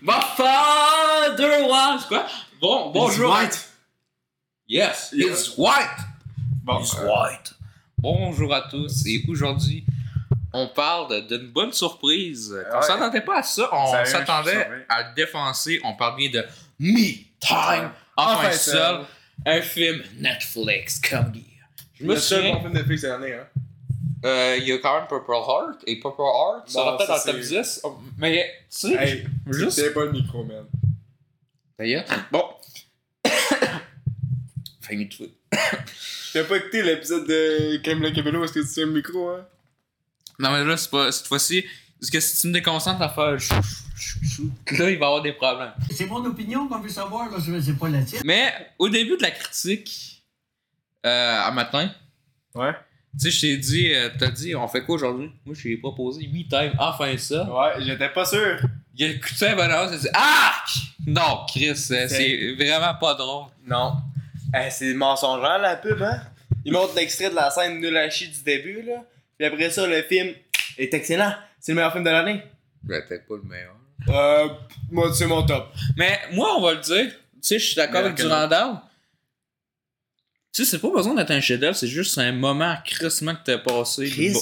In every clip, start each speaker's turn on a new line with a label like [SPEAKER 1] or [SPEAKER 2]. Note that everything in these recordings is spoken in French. [SPEAKER 1] My Bah, father was quoi? Bon, bonjour.
[SPEAKER 2] White.
[SPEAKER 1] Yes,
[SPEAKER 2] Yeah.
[SPEAKER 1] it's white.
[SPEAKER 2] Bon,
[SPEAKER 1] It's
[SPEAKER 2] euh,
[SPEAKER 1] white. Bonjour à tous et aujourd'hui, on parle d'une bonne surprise. On
[SPEAKER 2] Ouais.
[SPEAKER 1] s'attendait pas à ça, on
[SPEAKER 2] Sérieux, je suis
[SPEAKER 1] s'attendait
[SPEAKER 2] surpris.
[SPEAKER 1] à le défoncer. On parle bien de Me Time, enfin
[SPEAKER 2] Enfin
[SPEAKER 1] seul,
[SPEAKER 2] seul.
[SPEAKER 1] un film Netflix comedy. Je me
[SPEAKER 2] le seul bon
[SPEAKER 1] souviens,
[SPEAKER 2] film Netflix de l'année, hein.
[SPEAKER 1] euh, il y a quand même Purple Heart et Purple Heart, ça
[SPEAKER 2] Bon,
[SPEAKER 1] va peut-être
[SPEAKER 2] ça,
[SPEAKER 1] dans le top
[SPEAKER 2] c'est-
[SPEAKER 1] 10, oh, mais tu sais,
[SPEAKER 2] Hey,
[SPEAKER 1] juste-
[SPEAKER 2] juste. pas le micro, man.
[SPEAKER 1] D'ailleurs, bon. Fin de tweet.
[SPEAKER 2] T'as pas écouté l'épisode de Camila Cabello parce que tu tiens le micro, hein?
[SPEAKER 1] Non, mais là, c'est pas, cette fois-ci, parce que si tu me déconcentres à faire chou, chou, chou, chou, là, il va y avoir des problèmes.
[SPEAKER 3] C'est mon opinion qu'on veut savoir, là, c'est c'est pas la tienne.
[SPEAKER 1] Mais au début de la critique, euh, à matin,
[SPEAKER 2] Ouais.
[SPEAKER 1] tu sais, je t'ai dit, euh, t'as dit, on fait quoi aujourd'hui? Moi, je t'ai proposé me-time, enfin ça.
[SPEAKER 2] Ouais, j'étais pas sûr.
[SPEAKER 1] Il y a le coup de saint bonheur, c'est Ah! Non, Chris, euh, c'est
[SPEAKER 2] C'est-
[SPEAKER 1] vraiment pas drôle.
[SPEAKER 2] Non. Eh, c'est mensonger la pub, hein? Ils montrent l'extrait de la scène de la chie du début, là. Puis après ça, le film est excellent. C'est le meilleur film de l'année.
[SPEAKER 1] Ben, t'es pas le meilleur.
[SPEAKER 2] Euh, moi, c'est mon top.
[SPEAKER 1] Mais moi, on va le dire. Tu sais, je suis d'accord
[SPEAKER 2] Mais
[SPEAKER 1] avec
[SPEAKER 2] que non.
[SPEAKER 1] Durandal. Tu sais, c'est pas besoin d'être un chef-d'œuvre, c'est juste un moment crissement que t'as passé.
[SPEAKER 2] Chris,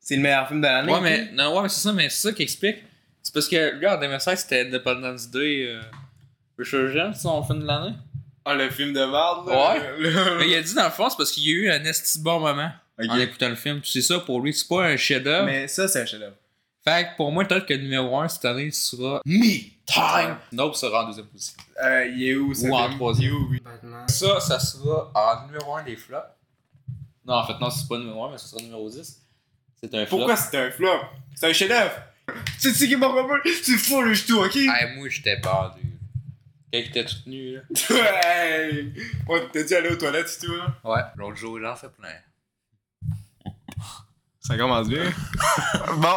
[SPEAKER 2] c'est le meilleur film de l'année.
[SPEAKER 1] Bon. Ouais, mais, non, ouais, mais c'est ça, mais c'est ça qui explique. C'est parce que, lui, en 2016, c'était Independence Day, euh, Richard Jean, son film de l'année.
[SPEAKER 2] Ah, le film de merde,
[SPEAKER 1] Ouais. Mais il a dit, dans le fond, c'est parce qu'il y a eu un esti bon moment en écoutant le film. Tu sais ça, pour lui, c'est pas un chef-d'œuvre.
[SPEAKER 2] Mais ça, c'est un chef-d'œuvre.
[SPEAKER 1] Fait que pour moi, peut-être que le numéro 1 cette année sera Me Time. Nope sera en deuxième position.
[SPEAKER 2] Euh, il est où, ce
[SPEAKER 1] Ou en
[SPEAKER 2] film?
[SPEAKER 1] troisième.
[SPEAKER 2] Il est où, oui.
[SPEAKER 3] Batman.
[SPEAKER 1] Ça, ça sera en numéro 1 des flops. Non, en fait, non, c'est pas numéro 1, mais ce sera numéro 10. C'est un flop.
[SPEAKER 2] Pourquoi c'est un flop? C'est un chef-d'œuvre. Tu sais qui m'a peu? C'est fou le jetou, ok?
[SPEAKER 1] Ah, moi, j'étais perdu. Quand il était tout nu, là.
[SPEAKER 2] hey! On t'a dit aller aux toilettes et tout, hein? là.
[SPEAKER 1] Ouais. L'autre jour, il en fait plein.
[SPEAKER 2] Ça commence bien. bon.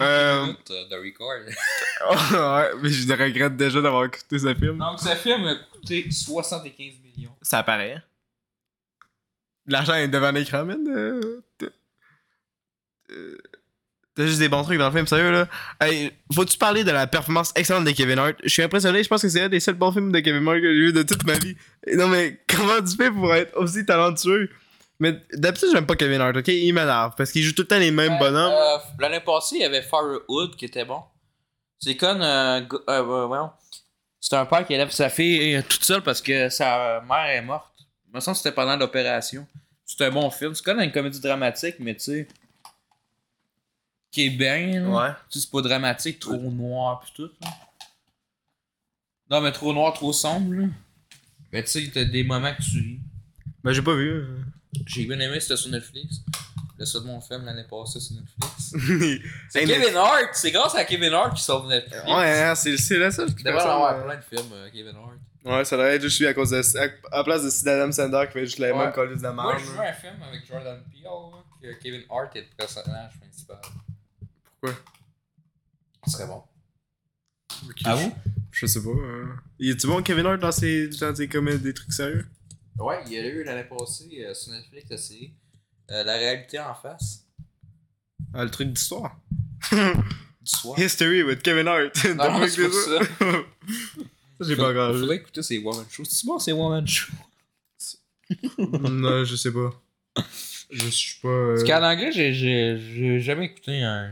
[SPEAKER 2] Euh,
[SPEAKER 1] Écoute, euh, de record.
[SPEAKER 2] ouais, mais je regrette déjà d'avoir écouté ce film.
[SPEAKER 1] Donc, ce film a coûté 75 millions.
[SPEAKER 2] Ça apparaît. hein? L'argent est devant l'écran, man. euh, t'as- euh, T'as juste des bons trucs dans le film, sérieux, là. Hey, faut-tu parler de la performance excellente de Kevin Hart? Je suis impressionné, je pense que c'est un des seuls bons films de Kevin Hart que j'ai vu de toute ma vie. Et Non, mais comment tu fais pour être aussi talentueux? Mais d'habitude, j'aime pas Kevin Hart, ok? Il m'énerve parce qu'il joue tout le temps les mêmes bonhommes.
[SPEAKER 1] Euh, L'année passée, il y avait Firewood qui était bon. C'est con, euh, go- euh, ouais, voyons. C'est un père qui élève sa fille euh, toute seule parce que sa mère est morte. Il me semble que c'était pendant l'opération. C'est un bon film. C'est comme une comédie dramatique, mais tu sais. Qui est bien. là.
[SPEAKER 2] Ouais.
[SPEAKER 1] Tu sais, c'est pas dramatique, trop noir pis tout. là. Non, mais trop noir, trop sombre. là. Mais tu sais, t'as des moments que tu ris.
[SPEAKER 2] Ben, j'ai pas vu. euh.
[SPEAKER 1] J'ai bien aimé, c'était sur Netflix. Le seul bon film l'année passée sur Netflix. C'est
[SPEAKER 2] Hey, mais-
[SPEAKER 1] Kevin Hart! C'est grâce à Kevin Hart qui sort de Netflix.
[SPEAKER 2] Ouais, hein, c'est c'est la seule qui
[SPEAKER 1] Il
[SPEAKER 2] fait
[SPEAKER 1] devrait en
[SPEAKER 2] ça,
[SPEAKER 1] avoir
[SPEAKER 2] euh.
[SPEAKER 1] plein de films, euh, Kevin Hart.
[SPEAKER 2] Ouais, ça devrait être juste lui à cause de. À, à place de Sid Adam Sander qui fait juste la
[SPEAKER 1] Ouais.
[SPEAKER 2] même colise de la
[SPEAKER 1] Moi,
[SPEAKER 2] marge.
[SPEAKER 1] je veux un film avec Jordan Peele, là, que Kevin Hart est le personnage principal.
[SPEAKER 2] Pourquoi?
[SPEAKER 1] Ce serait bon.
[SPEAKER 2] Ah Je sais pas. euh. Il est-tu bon Kevin Hart dans ses, dans ses comédies, des trucs sérieux?
[SPEAKER 1] Ouais, il y a eu l'année passée euh, sur Netflix la série euh, La réalité en face
[SPEAKER 2] Ah, le truc d'histoire.
[SPEAKER 1] du soir.
[SPEAKER 2] History with Kevin Hart. T'as
[SPEAKER 1] non,
[SPEAKER 2] pas
[SPEAKER 1] Ah, c'est
[SPEAKER 2] écouté
[SPEAKER 1] pas
[SPEAKER 2] ça? Ça, j'ai pas Euh. encore vu.
[SPEAKER 1] Faudrait écouter ces Woman Show. C'est bon, ces Woman Show.
[SPEAKER 2] non, je sais pas. Je suis pas. euh,
[SPEAKER 1] Parce qu'en anglais, j'ai- j'ai j'ai jamais écouté un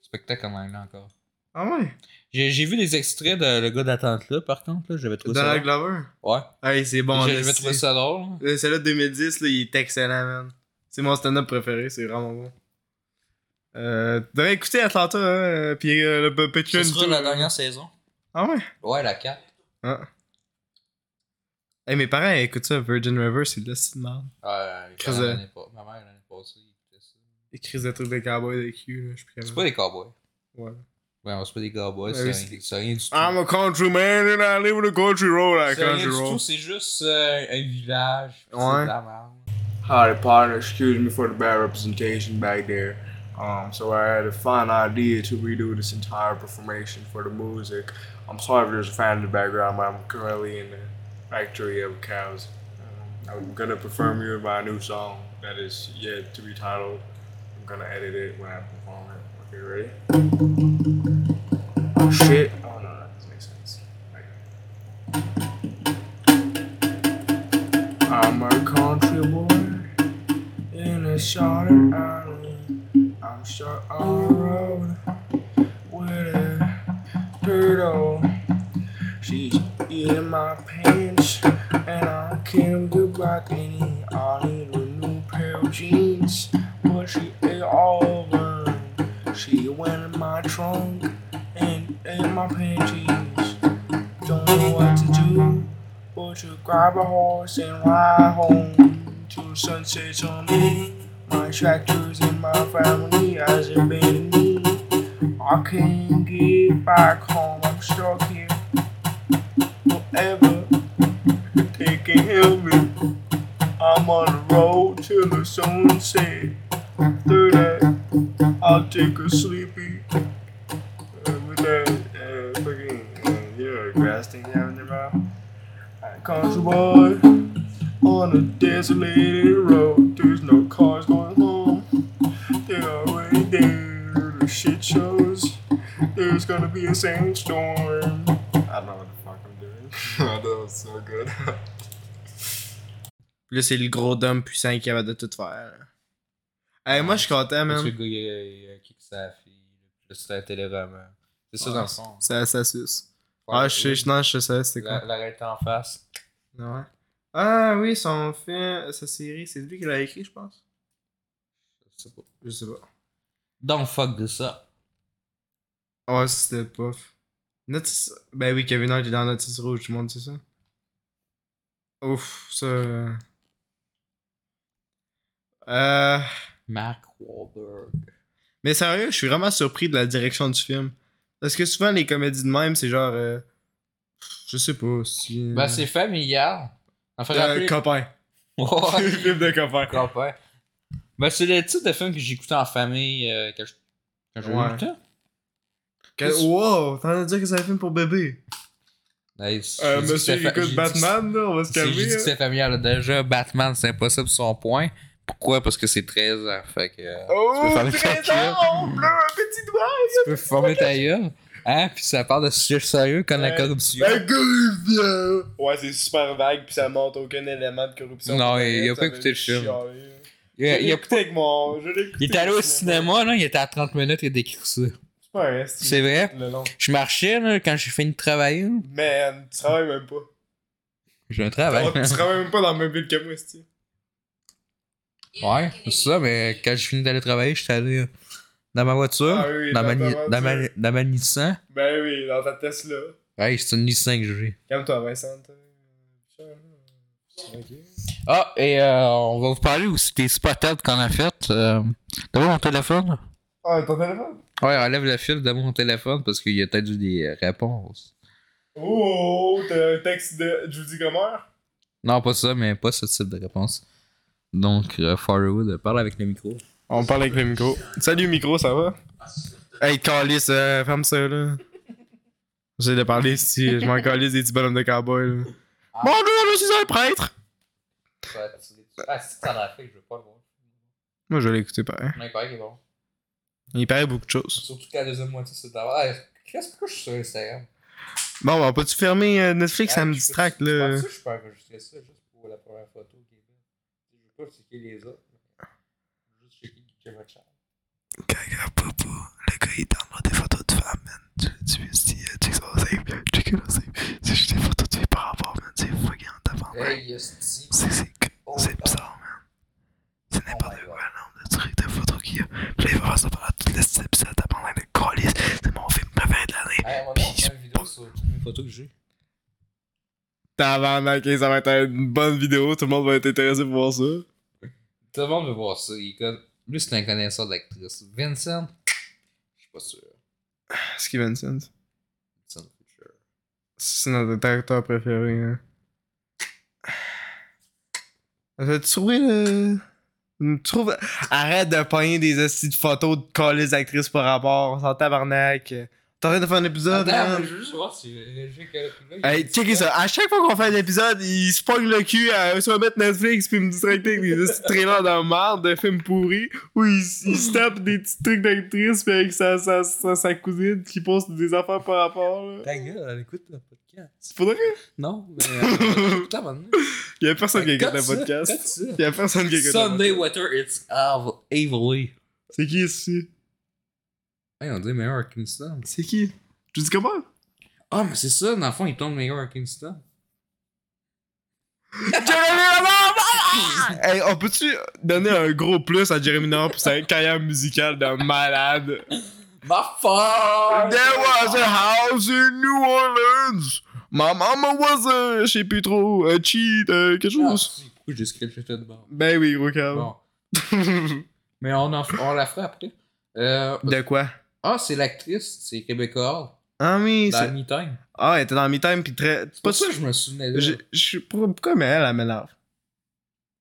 [SPEAKER 1] spectacle en anglais encore.
[SPEAKER 2] Ah ouais?
[SPEAKER 1] J'ai j'ai vu des extraits de Le gars d'attente là, par contre, là, j'avais trouvé ça.
[SPEAKER 2] Donald
[SPEAKER 1] drôle.
[SPEAKER 2] Glover? Ah,
[SPEAKER 1] Ouais.
[SPEAKER 2] Hey, c'est bon.
[SPEAKER 1] J'ai-
[SPEAKER 2] en
[SPEAKER 1] j'avais
[SPEAKER 2] esti.
[SPEAKER 1] trouvé ça drôle.
[SPEAKER 2] Euh, Celui-là de 2010, là, il est excellent, man. C'est mon stand-up préféré, c'est vraiment bon. Euh, tu devrais écouter Atlanta, hein, euh, puis euh, le P- Patreon.
[SPEAKER 1] Ce
[SPEAKER 2] et
[SPEAKER 1] sera
[SPEAKER 2] tout,
[SPEAKER 1] la
[SPEAKER 2] euh.
[SPEAKER 1] dernière saison.
[SPEAKER 2] Ah ouais?
[SPEAKER 1] Ouais, la 4.
[SPEAKER 2] Hey, mes parents écoutent ça, Virgin River, c'est de la style merde.
[SPEAKER 1] Euh,
[SPEAKER 2] Chris,
[SPEAKER 1] ma
[SPEAKER 2] euh,
[SPEAKER 1] mère, l'année pas- ma mère l'année passée, il écoutait ça.
[SPEAKER 2] Ils crient des trucs de cowboy de cul, là, je suis
[SPEAKER 1] C'est
[SPEAKER 2] plus capable.
[SPEAKER 1] pas des cowboys.
[SPEAKER 2] Ouais.
[SPEAKER 1] Ouais, c'est pas des cowboys,
[SPEAKER 2] Ouais, Ah,
[SPEAKER 1] c'est
[SPEAKER 2] oui,
[SPEAKER 1] rien- c'est rien du tout.
[SPEAKER 2] I'm a country man and I live in a country road, I
[SPEAKER 1] C'est rien
[SPEAKER 2] country
[SPEAKER 1] du tout,
[SPEAKER 2] road.
[SPEAKER 1] c'est juste euh, un village. pis C'est
[SPEAKER 2] Ouais.
[SPEAKER 1] de la merde.
[SPEAKER 2] Harry Potter, excuse me for the bad representation back there. Um, so I had a fine idea to redo this entire performation for the music. I'm sorry if there's a fan in the background, but I'm currently in the factory of cows. Um, I'm gonna perform you my new song that is yet to be titled. I'm gonna edit it when I perform it. Okay, ready? Shit. Oh no, that doesn't make sense.
[SPEAKER 4] shorter island. I'm sure on the road with a turtle. She's in my pants, and I can't get back in. I need a new pair of jeans, but she ate all of them. She went in my trunk and ate my panties. Don't know what to do, but you grab a horse and ride home to sunset on me. My tractors and my family has abandoned me. I can't get back home, I'm stuck here forever. They can help me. I'm on the road till the sunset. After that, I'll take a sleepy. Uh, with that, uh, fucking, uh, yeah, grass thing having in my I country boy on a desolated road. There's no cars going home. They're already there. The shit shows. There's gonna be a sandstorm. I don't know what the fuck I'm doing. I know it's so good.
[SPEAKER 2] Là, c'est le gros dom puissant qui est capable de tout faire. Hey, moi, je suis content,
[SPEAKER 1] Parce que le
[SPEAKER 2] man.
[SPEAKER 1] gars, il y a- il y a un kick sa fille. puis là, C'est un téléroman. C'est ça,
[SPEAKER 2] Ouais,
[SPEAKER 1] dans le fond.
[SPEAKER 2] Ça, ça suce. ah, je sais, je- non, je sais, c'était quoi.
[SPEAKER 1] La, la réalité en face.
[SPEAKER 2] Ouais. Ah oui, son film, sa série, c'est lui qui l'a écrit, je pense.
[SPEAKER 1] Je sais pas.
[SPEAKER 2] Je sais pas.
[SPEAKER 1] Don't fuck this up.
[SPEAKER 2] Ouais, Ah, c'était pof. Notice... Ben oui, Kevin Hart est dans Notice Rouge, tout le monde sait ça. Ouf, ça... euh. Euh...
[SPEAKER 1] Mark Wahlberg.
[SPEAKER 2] Mais sérieux, je suis vraiment surpris de la direction du film. Parce que souvent, les comédies de même, c'est genre... euh, Je sais pas, si...
[SPEAKER 1] Ben, c'est familial. Ça me fait
[SPEAKER 2] Mm. Euh,
[SPEAKER 1] rappeler-
[SPEAKER 2] copain.
[SPEAKER 1] Ouais.
[SPEAKER 2] film de copain.
[SPEAKER 1] Encore pas. Ben, c'est le type de film que j'écoutais en famille euh, quand je- quand j'avais
[SPEAKER 2] Ouais.
[SPEAKER 1] 8 ans.
[SPEAKER 2] Que- Wow, t'en as dit que c'est un film pour bébé.
[SPEAKER 1] Ben, si
[SPEAKER 2] Euh,
[SPEAKER 1] j'ai dit que
[SPEAKER 2] monsieur,
[SPEAKER 1] c'était
[SPEAKER 2] il
[SPEAKER 1] fa- j'ai
[SPEAKER 2] écoute
[SPEAKER 1] dit-
[SPEAKER 2] Batman, là, on va se
[SPEAKER 1] Si j'ai
[SPEAKER 2] calmer.
[SPEAKER 1] dit que
[SPEAKER 2] là.
[SPEAKER 1] c'était familial, là, déjà, Batman, c'est impossible son point. Pourquoi? Parce que c'est 13 ans. Fait que. euh,
[SPEAKER 2] Oh,
[SPEAKER 1] peux faire le
[SPEAKER 2] trésor, bleu, un petit doigt.
[SPEAKER 1] tu peux former ta gueule. Hein? Puis ça parle de sujets sérieux comme la
[SPEAKER 2] Ouais.
[SPEAKER 1] corruption.
[SPEAKER 2] corruption! Ouais, c'est super vague, puis ça montre aucun élément de corruption.
[SPEAKER 1] Non,
[SPEAKER 2] Ça
[SPEAKER 1] il- il a
[SPEAKER 2] m'a
[SPEAKER 1] pas écouté le
[SPEAKER 2] chialé.
[SPEAKER 1] film. Il,
[SPEAKER 2] Je
[SPEAKER 1] y a- il
[SPEAKER 2] l'ai
[SPEAKER 1] y a-
[SPEAKER 2] écouté avec mon. Je l'ai écouté
[SPEAKER 1] il est allé
[SPEAKER 2] au
[SPEAKER 1] au cinéma, là, il était à 30 minutes et décrit ça.
[SPEAKER 2] C'est pas un esti.
[SPEAKER 1] C'est vrai?
[SPEAKER 2] Le long.
[SPEAKER 1] Je marchais, là, quand j'ai fini de travailler. là.
[SPEAKER 2] Man, tu travailles même pas.
[SPEAKER 1] J'ai un travail.
[SPEAKER 2] Oh, tu travailles même pas dans le même ville que moi, esti.
[SPEAKER 1] Ouais, c'est ça, mais quand j'ai fini d'aller travailler, j'étais allé euh, dans ma voiture,
[SPEAKER 2] Ah oui,
[SPEAKER 1] dans,
[SPEAKER 2] dans
[SPEAKER 1] ma,
[SPEAKER 2] ta
[SPEAKER 1] ni-
[SPEAKER 2] voiture.
[SPEAKER 1] dans, ma, dans ma Nissan.
[SPEAKER 2] Ben oui, dans ta Tesla.
[SPEAKER 1] Ouais, c'est une Nissan que j'ai.
[SPEAKER 2] Calme-toi, Vincent. t'as- Ok.
[SPEAKER 1] Ah, et euh, on va vous parler aussi des spotades qu'on a faites. Euh, T'as vu mon téléphone?
[SPEAKER 2] Ah, ton téléphone?
[SPEAKER 1] Ouais, enlève le fil de mon téléphone parce qu'il y a peut-être eu des euh, réponses.
[SPEAKER 2] Oh, t'as un texte de Judy Comer?
[SPEAKER 1] Non, pas ça, mais pas ce type de réponse. Donc, euh, Farwood, parle avec le micro.
[SPEAKER 2] On parle avec le micro. Salut micro, ça va? Hey, calisse, euh, ferme ça là. J'ai de parler ici, je m'en calisse des petits bonhommes de cowboy là. Bonjour, je suis un prêtre!
[SPEAKER 1] Ah, si t'en as fait, je veux pas le voir.
[SPEAKER 2] Moi je vais l'écouter pareil.
[SPEAKER 1] Mais pareil, est bon.
[SPEAKER 2] Il paraît beaucoup de choses.
[SPEAKER 1] Surtout que la deuxième moitié, c'est d'avoir. Qu'est-ce que je suis sur Instagram?
[SPEAKER 2] Bon, on peut-tu fermer euh, Netflix, ça me
[SPEAKER 1] Ah, je
[SPEAKER 2] distracte
[SPEAKER 1] peux- je
[SPEAKER 2] là.
[SPEAKER 1] pense que je peux enregistrer ça juste pour la première photo qui est là. Je veux pas checker les autres. mais Juste checker qui j'ai votre chat.
[SPEAKER 2] Caca, popo, le gars il t'envoie des photos de femmes, man. Tu veux si check ça save, check ça save. C'est juste des photos de filles par rapport, man. C'est fucking en avant,
[SPEAKER 1] Hey, Oh, Yesti.
[SPEAKER 2] C'est bizarre, man. C'est
[SPEAKER 1] Oh
[SPEAKER 2] n'importe quoi, le nombre de trucs de photos qu'il y a. Puis là, il va voir ça pendant tout le cet épisode, t'as parlé de colis. C'est mon film préféré de l'année.
[SPEAKER 1] Hey, on va faire une vidéo sur toutes les photos que j'ai.
[SPEAKER 2] Tabarnak, ça va être une bonne vidéo, tout le monde va être intéressé pour voir ça.
[SPEAKER 1] Tout le monde veut voir ça. Il conna- Lui, c'est un connaisseur d'actrice. Vincent Je suis pas sûr.
[SPEAKER 2] Ce qui Vincent,
[SPEAKER 1] Vincent Fisher.
[SPEAKER 2] c'est notre acteur préféré, hein. As-tu trouvé le. euh. me Trouve... Arrête de pogner des hosties de photos de colis actrices par rapport, on s'en tabarnak. T'es en train de faire un épisode,
[SPEAKER 1] Attends,
[SPEAKER 2] man.
[SPEAKER 1] Ah, je veux juste voir si le jeu qu'il y a là, il y a
[SPEAKER 2] Ah, Hey,
[SPEAKER 1] des
[SPEAKER 2] checker ça. À chaque fois qu'on fait un épisode, il se pogne le cul à soit mettre Netflix puis me distracter avec des petits trailers de merde, de films pourris, où il, s- il se tape des petits trucs d'actrice puis avec sa, sa, sa, sa cousine qui pose des affaires par rapport.
[SPEAKER 1] photos.
[SPEAKER 2] Là.
[SPEAKER 1] Ta gueule, elle écoute le podcast.
[SPEAKER 2] C'est pour de vrai.
[SPEAKER 1] Non, mais. euh, Écoute-la maintenant.
[SPEAKER 2] Il y a personne qui écoute
[SPEAKER 1] Cut
[SPEAKER 2] le
[SPEAKER 1] ça,
[SPEAKER 2] podcast.
[SPEAKER 1] cut ça.
[SPEAKER 2] Il y a personne qui écoute le podcast.
[SPEAKER 1] Sunday Weather, it's av- Avery.
[SPEAKER 2] C'est qui ici
[SPEAKER 1] Hey, on dit meilleur à Kingston.
[SPEAKER 2] C'est qui Tu dis comment
[SPEAKER 1] Ah, mais c'est ça, dans le fond, il tombe meilleur à Kingston.
[SPEAKER 2] Jérémy Lamar! Ah! hey, on peut-tu donner un gros plus à Jérémy Lamar pour sa carrière musicale de malade?
[SPEAKER 1] Ma Ah, fuck!
[SPEAKER 2] There was a house in New Orleans. My mama was a, je sais plus trop, a cheat, euh, quelque
[SPEAKER 1] Ah,
[SPEAKER 2] chose.
[SPEAKER 1] si, Pourquoi j'ai scratché de bord?
[SPEAKER 2] Ben oui, gros câble.
[SPEAKER 1] Bon. Mais on, en f- on la fera après. Euh,
[SPEAKER 2] de quoi?
[SPEAKER 1] ah, c'est l'actrice, c'est québécoise.
[SPEAKER 2] Ah oui,
[SPEAKER 1] Dans
[SPEAKER 2] c'est...
[SPEAKER 1] Me Time.
[SPEAKER 2] Ah, elle était dans Me Time pis très...
[SPEAKER 1] C'est pas ça que je me souvenais de.
[SPEAKER 2] Je- je- Pourquoi, mais elle, elle m'énerve?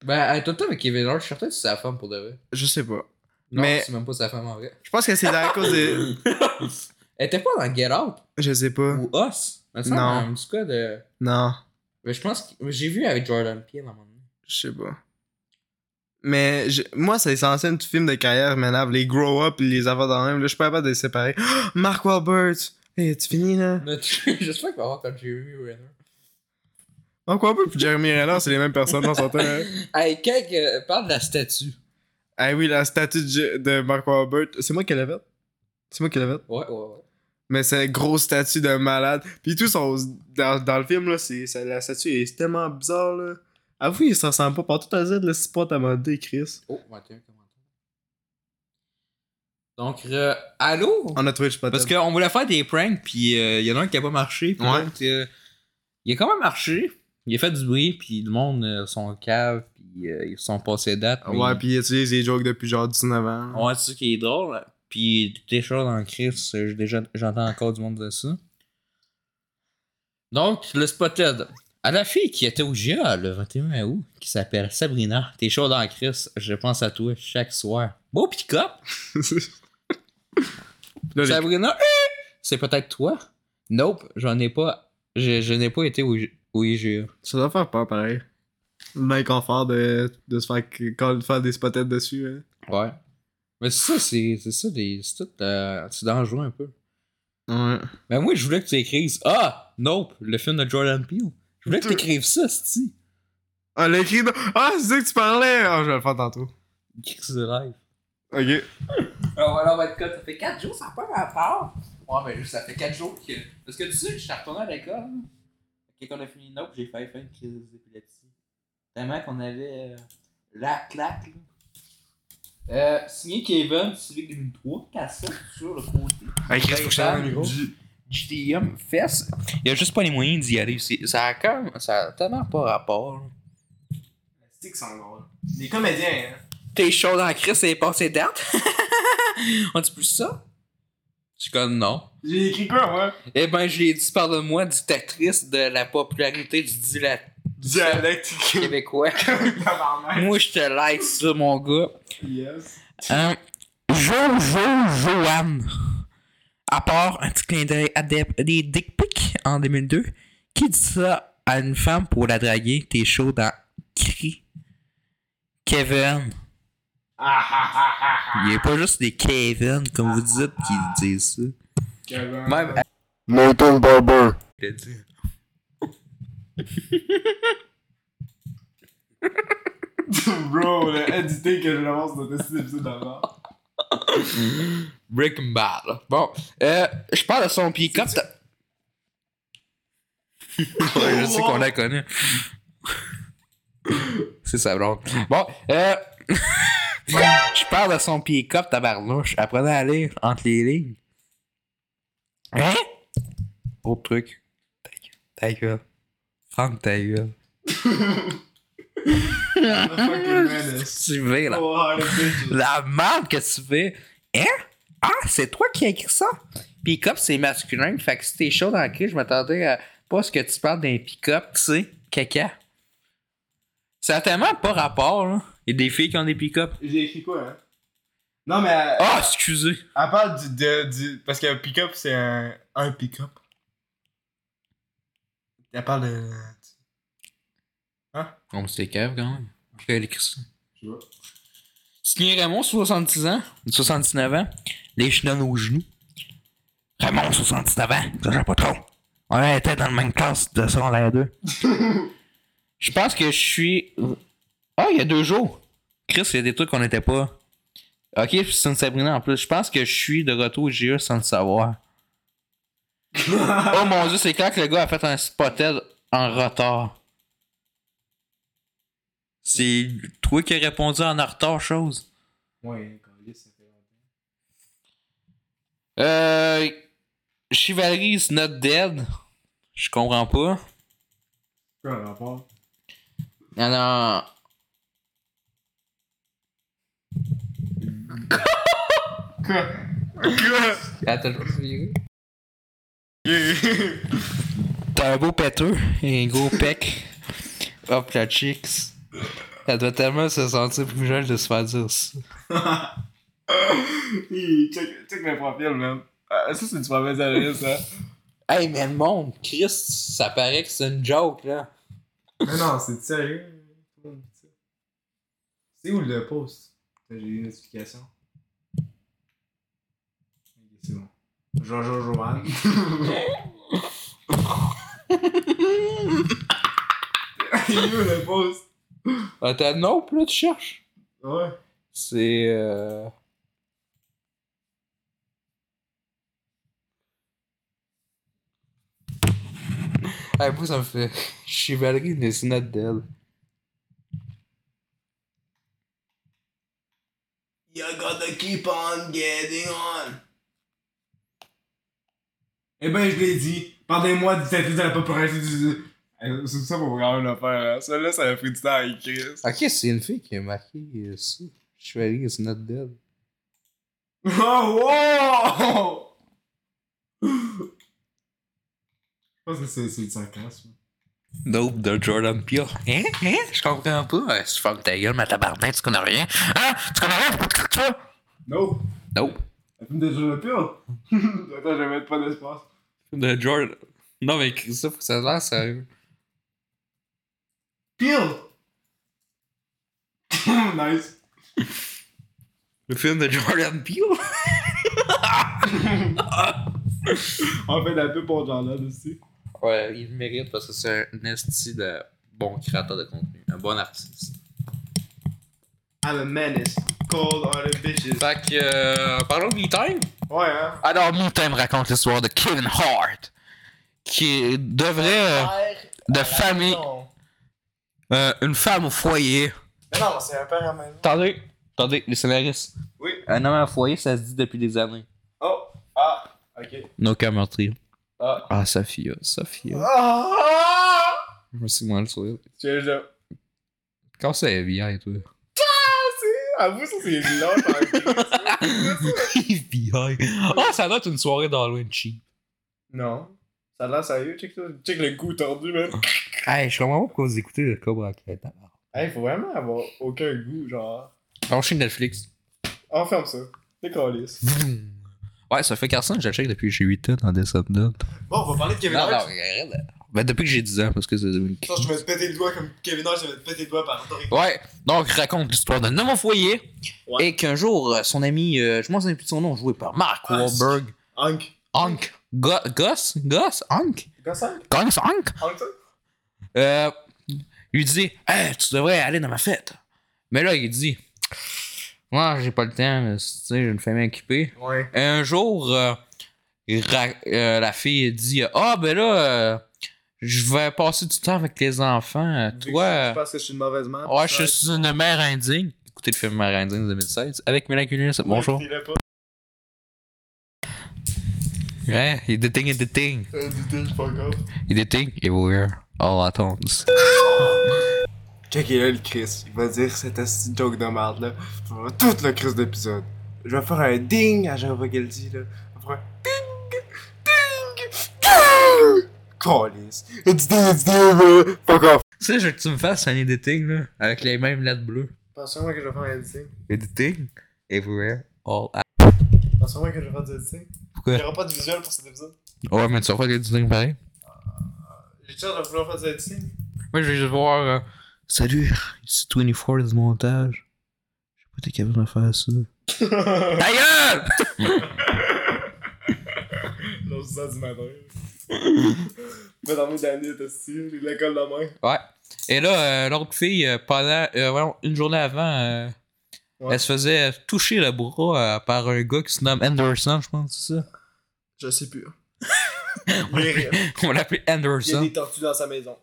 [SPEAKER 1] Ben, elle est tout le temps avec Kevin Hart, je suis certain que c'est sa femme pour de vrai.
[SPEAKER 2] Je sais pas.
[SPEAKER 1] Non,
[SPEAKER 2] Mais-
[SPEAKER 1] c'est même pas sa femme en vrai.
[SPEAKER 2] Je pense que c'est à cause de...
[SPEAKER 1] Elle était pas dans Get Out
[SPEAKER 2] Je sais pas.
[SPEAKER 1] ou Us. Mais ça,
[SPEAKER 2] Non.
[SPEAKER 1] en tout cas, de.
[SPEAKER 2] Non,
[SPEAKER 1] Mais je pense que. J'ai vu avec Jordan Peele à un moment donné.
[SPEAKER 2] je sais pas. Mais je- moi, c'est censé être un film de carrière m'énerve. Les grow-up, les avant dans même, là, je suis pas capable de les séparer. Mark Wahlberg! Hey, tu finis, là?
[SPEAKER 1] Notre- J'espère qu'il va y avoir comme Jeremy Renner.
[SPEAKER 2] Mark Wahlberg pis Jeremy Renner, c'est les mêmes personnes, on s'entend, hein?
[SPEAKER 1] Hey, quand euh, parle de la statue.
[SPEAKER 2] Ah oui, la statue de, J- de Mark Wahlberg, c'est moi qui l'ai faite. C'est moi qui l'ai faite.
[SPEAKER 1] Ouais, ouais, ouais.
[SPEAKER 2] Mais c'est une grosse statue de malade. Puis tout son, dans, dans le film, là, c'est, ça- la statue est tellement bizarre, là. Avoue, il se ressemble pas partout à Z, le six potes à dé, Chris.
[SPEAKER 1] Oh, 21 commentaires. Donc, euh, allô?
[SPEAKER 2] On a trouvé le spot.
[SPEAKER 1] Parce qu'on voulait faire des pranks, puis euh, il y en a un qui a pas marché. Puis
[SPEAKER 2] Ouais.
[SPEAKER 1] l'autre, euh, il a quand même marché. Il a fait du bruit, puis le monde, euh, sont caves, puis euh, ils sont passés date. mais-
[SPEAKER 2] Ouais, puis il utilise des jokes depuis genre 19 ans.
[SPEAKER 1] Ouais, c'est ça qui est drôle. là. Puis des choses en crise, euh, j'ai déjà- j'entends encore du monde dire ça. Donc, le spotted. À la fille qui était au GA le 21 août, qui s'appelle Sabrina, t'es chaud en crise, je pense à toi chaque soir. Beau pick-up!
[SPEAKER 2] Là, les-
[SPEAKER 1] Sabrina, eh, c'est peut-être toi? Nope, j'en ai pas. Je, je n'ai pas été au, au IGA.
[SPEAKER 2] Ça doit faire peur, pareil. Le mec confort de, de se faire, que- quand- de faire des spotettes dessus. hein.
[SPEAKER 1] Ouais. Mais c'est ça, c'est c'est ça, des- c'est tout. euh, c'est dangereux un peu.
[SPEAKER 2] Ouais.
[SPEAKER 1] Mais Ben moi, je voulais que tu écrives Ah, Nope, le film de Jordan Peele. Je voulais que tu écrives ça, Sti.
[SPEAKER 2] Ah, le cri de... Ah, c'est ça que tu parlais! Ah, je vais le faire tantôt.
[SPEAKER 1] Qu'est-ce que rêve?
[SPEAKER 2] Ok.
[SPEAKER 1] Alors voilà, on va être cut. Ça fait 4 jours, ça n'a pas rapport. Ouais, mais juste, ça fait 4 jours que. Parce que tu sais, je suis retourné à l'école. là. Fait que Quand on a fini Nope, j'ai failli faire une crise d'épilepsie. Tellement qu'on avait euh, la claque. là. Euh, signé Kevin, Civic 2003, cassette sur le côté.
[SPEAKER 2] Hey, Chris,
[SPEAKER 1] faut que je t'aille le micro. JDM, fesse. Il y a juste pas les moyens d'y aller. C'est- Ça a, quand même- ça a tellement pas rapport. là.
[SPEAKER 2] C'est que sont drôles. Des comédiens, hein.
[SPEAKER 1] T'es chaud dans la crise, c'est passé date. on dit plus ça? Je suis comme non.
[SPEAKER 2] J'ai écrit quoi, moi?
[SPEAKER 1] Eh ben, je l'ai dit, parle-moi, dictatrice de la popularité du dilat
[SPEAKER 2] Dialecte
[SPEAKER 1] québécois.
[SPEAKER 2] tabarnak.
[SPEAKER 1] Moi, je te like ça, mon gars.
[SPEAKER 2] Yes.
[SPEAKER 1] Hein? Jo, Jo, Joanne. À part un petit clin d'œil à des, des dick pics en 2002, qui dit ça à une femme pour la draguer? T'es chaud dans cri. Kevin. Il n'y a pas juste des Kevin, comme vous dites, qui disent ça. Même
[SPEAKER 5] euh, Nathan Barber.
[SPEAKER 1] Je l'ai dit.
[SPEAKER 2] Bro, on a édité que je l'avance dans cet épisode d'avant.
[SPEAKER 1] Breaking Bad. Bon, euh, je parle de son pick up. je sais qu'on l'a connu. C'est ça, blonde. Bon, euh, je parle de son pick-up, tabarnouche. Apprenez à lire entre les lignes. Hein? Autre truc. Ta gueule. Ta gueule. Franck, ta gueule.
[SPEAKER 2] The fucking menace.
[SPEAKER 1] Tu veux, là.
[SPEAKER 2] Oh, le bitch.
[SPEAKER 1] La merde que tu fais. Hein? Ah, c'est toi qui as écrit ça? Pick-up, c'est masculin. Fait que si t'es chaud dans la crise, je m'attendais à pas ce que tu parles d'un pick-up, tu sais, caca. Ça a tellement pas rapport, là. Il y a des filles qui ont des pick-up.
[SPEAKER 2] J'ai écrit quoi, hein? Non, mais elle,
[SPEAKER 1] Ah, excusez.
[SPEAKER 2] elle parle du, de, du. Parce que pick-up, c'est un, un pick-up. Elle parle de.
[SPEAKER 1] On me cave quand même. Elle écrit ça.
[SPEAKER 2] Je sais pas.
[SPEAKER 1] Signé Raymond, 70 ans, 79 ans, les chenonnes aux genoux. Raymond, 79 ans, je sais pas trop. On était dans la même classe de secondaire 2. Je pense que je suis. Ah, il y a deux jours. Chris, il y a des trucs qu'on n'était pas. Ok, puis c'est une Sabrina en plus. Je pense que je suis de retour au GE sans le savoir. oh mon dieu, c'est clair que le gars a fait un spotted en retard. C'est toi qui as répondu en retard, chose.
[SPEAKER 2] Ouais, Carlis, ça fait longtemps.
[SPEAKER 1] Euh. Chivalry is not dead. Je comprends pas.
[SPEAKER 2] Quoi, un rapport?
[SPEAKER 1] Non, non. Attends, T'as un beau pèteux et un gros pec. Hop, la chicks. Elle doit tellement se sentir plus jeune de se faire dire ça.
[SPEAKER 2] Hi, check, check mes profils, man. Ah, ça, c'est du mauvais adresse, hein.
[SPEAKER 1] Hey, mais le monde, Chris, ça paraît que c'est une joke, là.
[SPEAKER 2] Mais non, c'est sérieux. C'est où le post? J'ai eu une notification. Ok, c'est bon. Jojo Johan. Il est où le post?
[SPEAKER 1] Ah, t'as nope, là, tu cherches.
[SPEAKER 2] Ouais.
[SPEAKER 1] C'est. Euh... Ah, moi, ça me fait. Chevalerie is not dead.
[SPEAKER 2] You gotta keep on getting on. Eh ben, je l'ai dit. Parlez-moi du statut de la popularité du. Euh, C'est ça pour vraiment le faire. Hein. Ça, là, ça a pris du temps à écrire. ça.
[SPEAKER 1] Ok, c'est une fille qui a marqué euh, ça. Chevalerie is not dead.
[SPEAKER 2] Oh, wow! Je pense que c'est c'est du sarcasme.
[SPEAKER 1] Nope de Jordan Peele. Hein? Hein? Je comprends pas. Ouais, tu fermes ta gueule, ma tabarnak, tu connais rien. Hein? Tu connais rien? Faut pas que tu fasses ça.
[SPEAKER 2] No!
[SPEAKER 1] Nope.
[SPEAKER 2] Elle fume déjà le pire! Attends, je vais mettre pas d'espace.
[SPEAKER 1] De Jordan. Non, mais écris ça, faut que ça soit sérieux.
[SPEAKER 2] Pire! nice!
[SPEAKER 1] Le film de Jordan Peele?
[SPEAKER 2] On fait de la pub pour Jordan aussi.
[SPEAKER 1] Ouais, il le mérite parce que c'est un esti de bon créateur de contenu, un bon artiste.
[SPEAKER 2] I'm a menace. Cold are the bitches.
[SPEAKER 1] Fait que, euh, parlons de Me-Time.
[SPEAKER 2] Ouais, hein?
[SPEAKER 1] Alors, Me-Time raconte l'histoire de Kevin Hart, qui devrait. euh, de famille.
[SPEAKER 2] Non,
[SPEAKER 1] euh, une femme au foyer.
[SPEAKER 2] mais non, c'est un père à maison.
[SPEAKER 1] Attendez, attendez, les scénaristes.
[SPEAKER 2] Oui.
[SPEAKER 1] Un homme au foyer, ça se dit depuis des années.
[SPEAKER 2] Oh! Ah! Ok.
[SPEAKER 1] No meurtrier.
[SPEAKER 2] Ah!
[SPEAKER 1] Ah, Sophia, Sophia.
[SPEAKER 2] Ah!
[SPEAKER 1] Je me suis moins le sourire.
[SPEAKER 2] Tu es là.
[SPEAKER 1] Quand c'est FBI, toi?
[SPEAKER 2] À vous, ça, c'est long,
[SPEAKER 1] FBI. Ah, ça doit être une soirée d'Halloween cheap.
[SPEAKER 2] Non. Ça a l'air sérieux, check ça. Check le goût tordu, man.
[SPEAKER 1] Hey, je comprends pas pourquoi vous écoutez le Cobra Kai. d'abord.
[SPEAKER 2] Hey, faut vraiment avoir aucun goût, genre.
[SPEAKER 1] Alors, je suis Netflix.
[SPEAKER 2] On ferme ça. C'est calisse.
[SPEAKER 1] Ouais, ça fait Carson, je le check depuis que j'ai 8 ans en décembre. Non,
[SPEAKER 2] Bon, on va parler de Kevin
[SPEAKER 1] non,
[SPEAKER 2] Hart.
[SPEAKER 1] regarde. Ben, depuis que j'ai 10 ans, parce que c'est
[SPEAKER 2] Attends, je vais te péter le doigt comme Kevin Hart, je vais te péter le doigt par Doric.
[SPEAKER 1] Ouais, donc raconte l'histoire d'un homme au foyer
[SPEAKER 2] Ouais.
[SPEAKER 1] et qu'un jour, euh, son ami, euh, je m'en souviens plus de son nom, joué par Mark
[SPEAKER 2] Ah,
[SPEAKER 1] Wahlberg,
[SPEAKER 2] Hank.
[SPEAKER 1] Hank, Go- Goss, Goss, Hank,
[SPEAKER 2] Gossard?
[SPEAKER 1] Goss, Hank,
[SPEAKER 2] Hank, ça?
[SPEAKER 1] euh, lui dit Hey, tu devrais aller dans ma fête. Mais là, il dit Moi, j'ai pas le temps, mais, tu sais, j'ai une famille occupée.
[SPEAKER 2] Ouais.
[SPEAKER 1] Et un jour, euh, il ra- euh, la fille dit Ah, ben là, euh, je vais passer du temps avec les enfants. Euh, Toi. euh,
[SPEAKER 2] Je pense que je suis une mauvaise mère.
[SPEAKER 1] Ouais, je suis une mère indigne. Écoutez le film Mère indigne de 2016 avec Mila Kunis. Bonjour.
[SPEAKER 2] Il est pas.
[SPEAKER 1] Ouais, il déting, il déting.
[SPEAKER 2] Euh, Dis-toi, je suis pas encore.
[SPEAKER 1] Il déting, et we're all at home.
[SPEAKER 2] Check il est là le Chris, il va dire cette esti de joke de merde là pour tout le Chris d'épisode. Je vais faire un ding à chaque fois qu'elle dit là. On va faire un ding, ding, ding. Calisse.
[SPEAKER 6] It's the, it's the, uh, fuck off.
[SPEAKER 1] Tu sais, je veux que tu me fasses un editing, là, avec les mêmes lettres bleues.
[SPEAKER 2] Pensez-moi que je vais faire un ding.
[SPEAKER 1] Editing, everywhere, all at
[SPEAKER 2] Pensez-moi que je vais faire du ding.
[SPEAKER 1] Pourquoi?
[SPEAKER 2] Il n'y aura pas de visuel pour cet épisode.
[SPEAKER 1] Ouais, mais tu vas faire l'editing pareil.
[SPEAKER 2] J'ai toujours de vouloir faire du ding.
[SPEAKER 1] Moi, je vais juste voir. euh, Salut, ici 24 du montage. Je sais pas, t'es capable de faire ça. D'ailleurs!
[SPEAKER 2] L'autre ça du matin. Mais dans mes derniers, t'as l'école demain.
[SPEAKER 1] Ouais. Et là, euh, l'autre fille, euh, pendant euh, voyons, une journée avant, euh,
[SPEAKER 2] Ouais.
[SPEAKER 1] elle se faisait toucher le bras euh, par un gars qui se nomme Anderson, je pense, c'est ça.
[SPEAKER 2] Je sais plus. hein.
[SPEAKER 1] On l'appelait
[SPEAKER 2] Il y a
[SPEAKER 1] Anderson.
[SPEAKER 2] des tortues dans sa maison.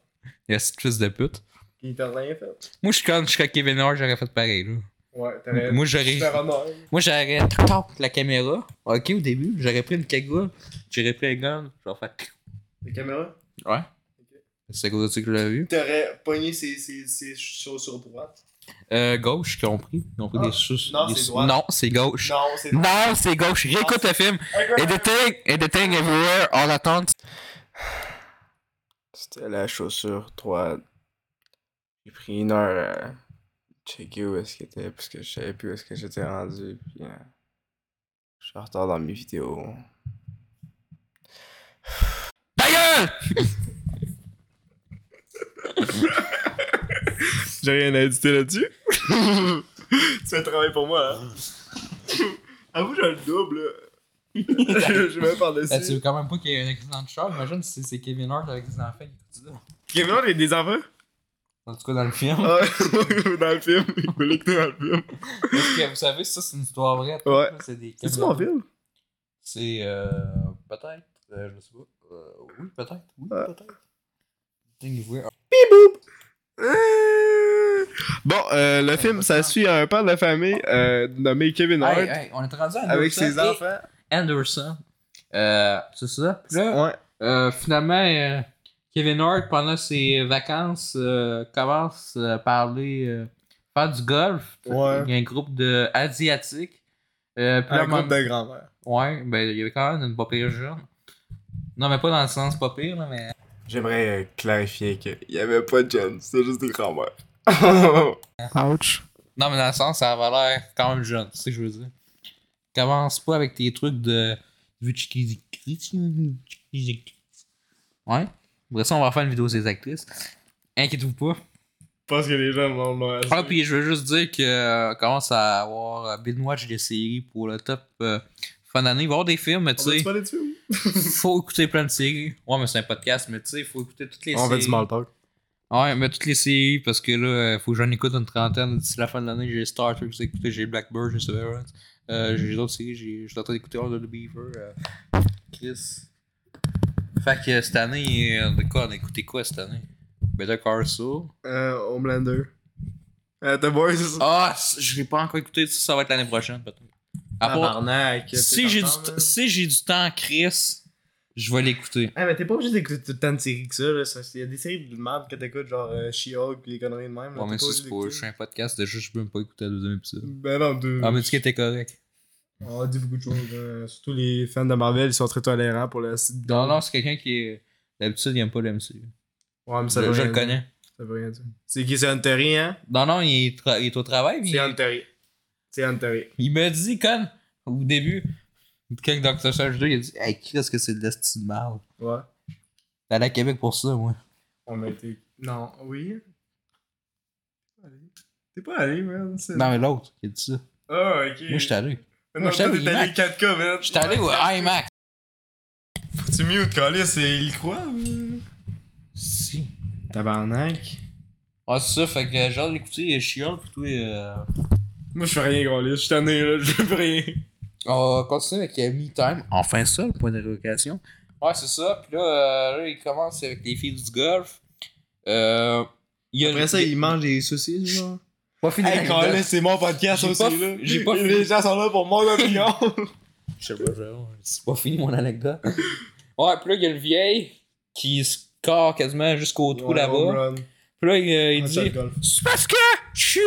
[SPEAKER 1] Il y a cette fils de pute.
[SPEAKER 2] Il t'a rien fait.
[SPEAKER 1] Moi, je suis comme, je suis comme Kevin Hart, j'aurais fait pareil. Là.
[SPEAKER 2] Ouais, t'aurais.
[SPEAKER 1] Moi, j'aurais.
[SPEAKER 2] Super honneur.
[SPEAKER 1] Moi, j'aurais toc, la caméra. Ok, au début, j'aurais pris une cagoule, j'aurais pris un gun, j'aurais fait. clou.
[SPEAKER 2] Les caméras.
[SPEAKER 1] Ouais. C'est à cause de ça que je l'ai vu.
[SPEAKER 2] T'aurais pogné ses, ses, ses chaussures droites.
[SPEAKER 1] Euh, gauche, qui ont pris. Ils ont pris
[SPEAKER 2] Ah.
[SPEAKER 1] des sous.
[SPEAKER 2] Non,
[SPEAKER 1] des
[SPEAKER 2] c'est
[SPEAKER 1] sous-
[SPEAKER 2] droite.
[SPEAKER 1] Non, c'est gauche.
[SPEAKER 2] Non, c'est.
[SPEAKER 1] Non, c'est gauche. Réécoute le film. Editing, editing everywhere, all at once.
[SPEAKER 4] C'était la chaussure droite. J'ai pris une heure à checker où est-ce qu'elle était, parce que je savais plus où est-ce que j'étais rendu. Puis, euh, je suis en retard dans mes vidéos.
[SPEAKER 1] Ta gueule!
[SPEAKER 2] J'ai rien à éditer là-dessus. tu fais le travail pour moi, hein. Avoue, j'ai le double. je vais
[SPEAKER 1] Ah, tu veux
[SPEAKER 2] par-dessus.
[SPEAKER 1] quand même pas qu'il y ait un accident de char. Imagine si c'est Kevin Hart avec des enfants qui dit ça.
[SPEAKER 2] Kevin Hart, il y a des enfants.
[SPEAKER 1] En tout cas, dans le film.
[SPEAKER 2] Ah, dans le film. Il voulait que t'es dans le film.
[SPEAKER 1] Parce que vous savez, ça, c'est une histoire vraie.
[SPEAKER 2] Ouais.
[SPEAKER 1] C'est des
[SPEAKER 2] C'est-tu
[SPEAKER 1] caméras.
[SPEAKER 2] mon film?
[SPEAKER 1] C'est. Euh, peut-être. Euh, je sais pas. Euh, oui, peut-être. Oui,
[SPEAKER 2] Ouais.
[SPEAKER 1] peut-être. Editing everywhere.
[SPEAKER 2] Euh, Bon, euh, le film, ça suit un père de famille euh, nommé Kevin Hart
[SPEAKER 1] Hey, hey, on est rendu à Anderson.
[SPEAKER 2] avec ses
[SPEAKER 1] et
[SPEAKER 2] enfants.
[SPEAKER 1] Anderson. Euh, c'est ça. Puis là,
[SPEAKER 2] Ouais.
[SPEAKER 1] Euh, finalement, euh, Kevin Hart, pendant ses vacances, euh, commence à parler, euh, faire du golf.
[SPEAKER 2] Ouais.
[SPEAKER 1] Il y a un groupe de asiatiques. Euh, puis là,
[SPEAKER 2] Un
[SPEAKER 1] mon-
[SPEAKER 2] groupe de grand-mère.
[SPEAKER 1] Ouais, ben, il y avait quand même une pas pire jeune. Non, mais pas dans le sens pas pire, là, mais.
[SPEAKER 4] J'aimerais euh, clarifier qu'il n'y avait pas de jeunes, c'était juste des grands-mères.
[SPEAKER 2] Ouch.
[SPEAKER 1] Non, mais dans le sens, ça avait l'air quand même jeune, tu sais ce que je veux dire. Commence pas avec tes trucs de. Vu Ouais. Après ça, on va faire une vidéo des actrices. Inquiétez-vous pas.
[SPEAKER 2] Parce que les jeunes vont le
[SPEAKER 1] Ah, puis je veux juste dire que euh, commence à avoir euh, Bill Watch des séries pour le top euh, fin d'année. Il va y avoir des films, mais tu
[SPEAKER 2] Tu
[SPEAKER 1] sais,
[SPEAKER 2] pas dessus?
[SPEAKER 1] faut écouter plein de séries. Ouais, mais c'est un podcast, mais tu sais, faut écouter toutes les
[SPEAKER 4] On
[SPEAKER 1] séries.
[SPEAKER 4] fait du small talk.
[SPEAKER 1] Ah Ouais, mais toutes les séries, parce que là, euh, faut que j'en écoute une trentaine. D'ici la fin de l'année, j'ai Star Trek, j'ai écouté, j'ai Blackbird, j'ai Severance. Euh, j'ai d'autres séries, j'ai- je suis en train d'écouter All of the Beaver, euh, Chris. Fait que euh, cette année, euh, de quoi, on a écouté quoi cette année? Better Call Saul.
[SPEAKER 2] Euh, Homelander. Euh, The Boys.
[SPEAKER 1] Ah, c- je l'ai pas encore écouté, ça, ça va être l'année prochaine, peut-être. À part-
[SPEAKER 2] Tabarnak,
[SPEAKER 1] Ah, si
[SPEAKER 2] t'es
[SPEAKER 1] j'ai du,
[SPEAKER 2] content,
[SPEAKER 1] t-
[SPEAKER 2] là?
[SPEAKER 1] si j'ai du temps, Chris, je vais l'écouter.
[SPEAKER 2] Ah, mais t'es pas obligé d'écouter tout le temps de séries que ça, là. Ça, Il y a des séries de merde que t'écoutes, genre euh, She-Hulk pis des conneries de même. là.
[SPEAKER 1] Ouais, mais
[SPEAKER 2] T'es
[SPEAKER 1] ça,
[SPEAKER 2] pas
[SPEAKER 1] c'est
[SPEAKER 2] obligé
[SPEAKER 1] pas. Je
[SPEAKER 2] d'écouter.
[SPEAKER 1] suis un podcast, déjà, je peux même pas écouter le deuxième épisode.
[SPEAKER 2] Ben non, deux.
[SPEAKER 1] Ah, mais tu sais était correct.
[SPEAKER 2] On a dit beaucoup de choses. hein. Surtout les fans de Marvel, ils sont très tolérants pour le site.
[SPEAKER 1] Non, non, c'est quelqu'un qui est. D'habitude, il aime pas le MCU.
[SPEAKER 2] Ouais, mais ça
[SPEAKER 1] Je,
[SPEAKER 2] veut
[SPEAKER 1] je
[SPEAKER 2] rien
[SPEAKER 1] le
[SPEAKER 2] dire.
[SPEAKER 1] connais.
[SPEAKER 2] Ça veut rien dire. C'est qui, c'est Huntery, hein?
[SPEAKER 1] Non, non, il, tra- il est au travail, mais
[SPEAKER 2] C'est
[SPEAKER 1] il,
[SPEAKER 2] Huntery. C'est Huntery.
[SPEAKER 1] il me dit, quand, au début, quand Dr. Strange 2, il a dit, hey, Chris, que c'est de l'esti de mal.
[SPEAKER 2] Ouais.
[SPEAKER 1] T'es allé à Québec pour ça, moi.
[SPEAKER 2] On a été. Non, oui. Allez. T'es pas allé, man. c'est-
[SPEAKER 1] Non, mais l'autre, il a dit ça.
[SPEAKER 2] Ah, ok.
[SPEAKER 1] Moi, j'étais allé.
[SPEAKER 2] Non,
[SPEAKER 1] moi, j'étais
[SPEAKER 2] toi,
[SPEAKER 1] allé
[SPEAKER 2] t'es
[SPEAKER 1] au
[SPEAKER 2] allé
[SPEAKER 1] IMAX.
[SPEAKER 2] 4K, man.
[SPEAKER 1] J'étais allé au IMAX.
[SPEAKER 2] Faut que tu mute, Calis, c'est il croit, man.
[SPEAKER 1] Si.
[SPEAKER 2] Tabarnak.
[SPEAKER 1] Ah, c'est ça, fait que genre l'écouter, chiant, pis tout, et. Euh...
[SPEAKER 2] Moi, je fais rien, Calis. Je suis tanné, là. Je fais rien.
[SPEAKER 1] On va continuer avec euh, Me Time. Enfin ça, le point d'interrogation. Ouais, c'est ça. Puis là, euh, là, il commence avec les filles du golf. Euh, il y a
[SPEAKER 2] Après ça, il mange des saucisses, genre.
[SPEAKER 1] Pas fini.
[SPEAKER 2] Hey,
[SPEAKER 1] l'anecdote.
[SPEAKER 2] Calis, c'est mon podcast
[SPEAKER 1] J'ai
[SPEAKER 2] aussi,
[SPEAKER 1] pas-
[SPEAKER 2] là.
[SPEAKER 1] j'ai pas
[SPEAKER 2] Et
[SPEAKER 1] fini.
[SPEAKER 2] Les gens sont là pour mon opinion.
[SPEAKER 1] Je sais pas, genre, c'est pas fini mon anecdote. ouais, puis là, il y a une vieille qui score quasiment jusqu'au trou là-bas. Puis là, il, euh, il dit C'est parce que je suis.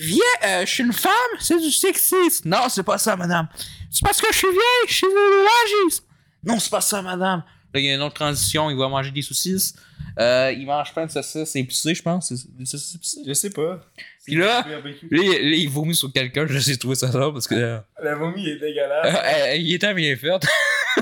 [SPEAKER 1] Vieille, euh, je suis une femme, c'est du sexisme. Non, c'est pas ça, madame. C'est parce que je suis vieille, je suis logiste. Non, c'est pas ça, madame. Là, il y a une autre transition, il va manger des saucisses. Euh, il mange plein de saucisses épicées, je pense. C'est- Des saucisses épicées.
[SPEAKER 2] Je sais pas.
[SPEAKER 1] Puis là, Là, il- là, il vomit sur quelqu'un, je sais trouvé ça drôle parce que. euh,
[SPEAKER 2] La vomi est dégueulasse.
[SPEAKER 1] euh, il était bien fait.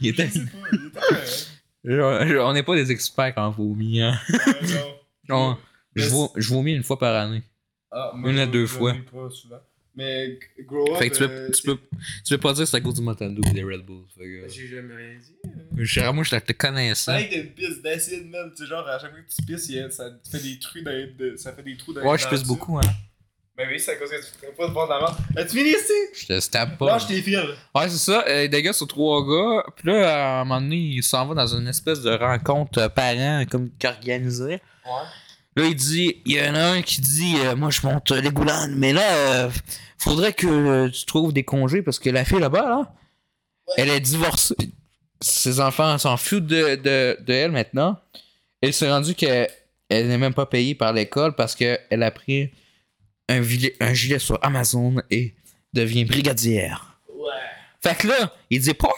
[SPEAKER 1] il était.
[SPEAKER 2] Je sais pas, il est hein. pas-
[SPEAKER 1] Genre, genre, on n'est pas des experts en vomi, hein.
[SPEAKER 2] Ouais, non.
[SPEAKER 1] Non, je,
[SPEAKER 2] Mais
[SPEAKER 1] vo- je vomis une fois par année.
[SPEAKER 2] Ah,
[SPEAKER 1] Une à
[SPEAKER 2] je-
[SPEAKER 1] deux
[SPEAKER 2] je
[SPEAKER 1] fois.
[SPEAKER 2] lis pas souvent. Mais g- grow up.
[SPEAKER 1] Fait que tu
[SPEAKER 2] euh,
[SPEAKER 1] peux, tu, peux, tu peux pas dire que c'est à cause du Montando ou des Red Bull. Fait que,
[SPEAKER 2] J'ai jamais rien dit.
[SPEAKER 1] Genre, moi, je te connaissais.
[SPEAKER 2] C'est des pisses d'acide, même. Tu sais, genre, à chaque fois que tu pisses, il y a- ça te fait des trous dans les- de- ça fait des trous dans les
[SPEAKER 1] Ouais, je
[SPEAKER 2] dents
[SPEAKER 1] pisse
[SPEAKER 2] dessus.
[SPEAKER 1] beaucoup, hein.
[SPEAKER 2] Ben oui, c'est à cause que tu prends pas de Ben, bord d'avant. As-tu fini ici?
[SPEAKER 1] Je te stab pas.
[SPEAKER 2] Là, je t'ai filé.
[SPEAKER 1] Ouais, c'est ça. Euh, des gars sur trois gars. Puis là, à un moment donné, il s'en va dans une espèce de rencontre euh, parents comme qu'organisée.
[SPEAKER 2] Ouais.
[SPEAKER 1] Là, il dit, il y en a un qui dit, euh, moi, je monte euh, les goulanes, mais là, euh, faudrait que euh, tu trouves des congés parce que la fille là-bas, là, elle est divorcée. Ses enfants s'en foutent de, de, de elle maintenant. Elle s'est rendue qu'elle elle n'est même pas payée par l'école parce qu'elle a pris un, gilet- un gilet sur Amazon et devient brigadière.
[SPEAKER 2] Ouais.
[SPEAKER 1] Fait que là, il dit Party!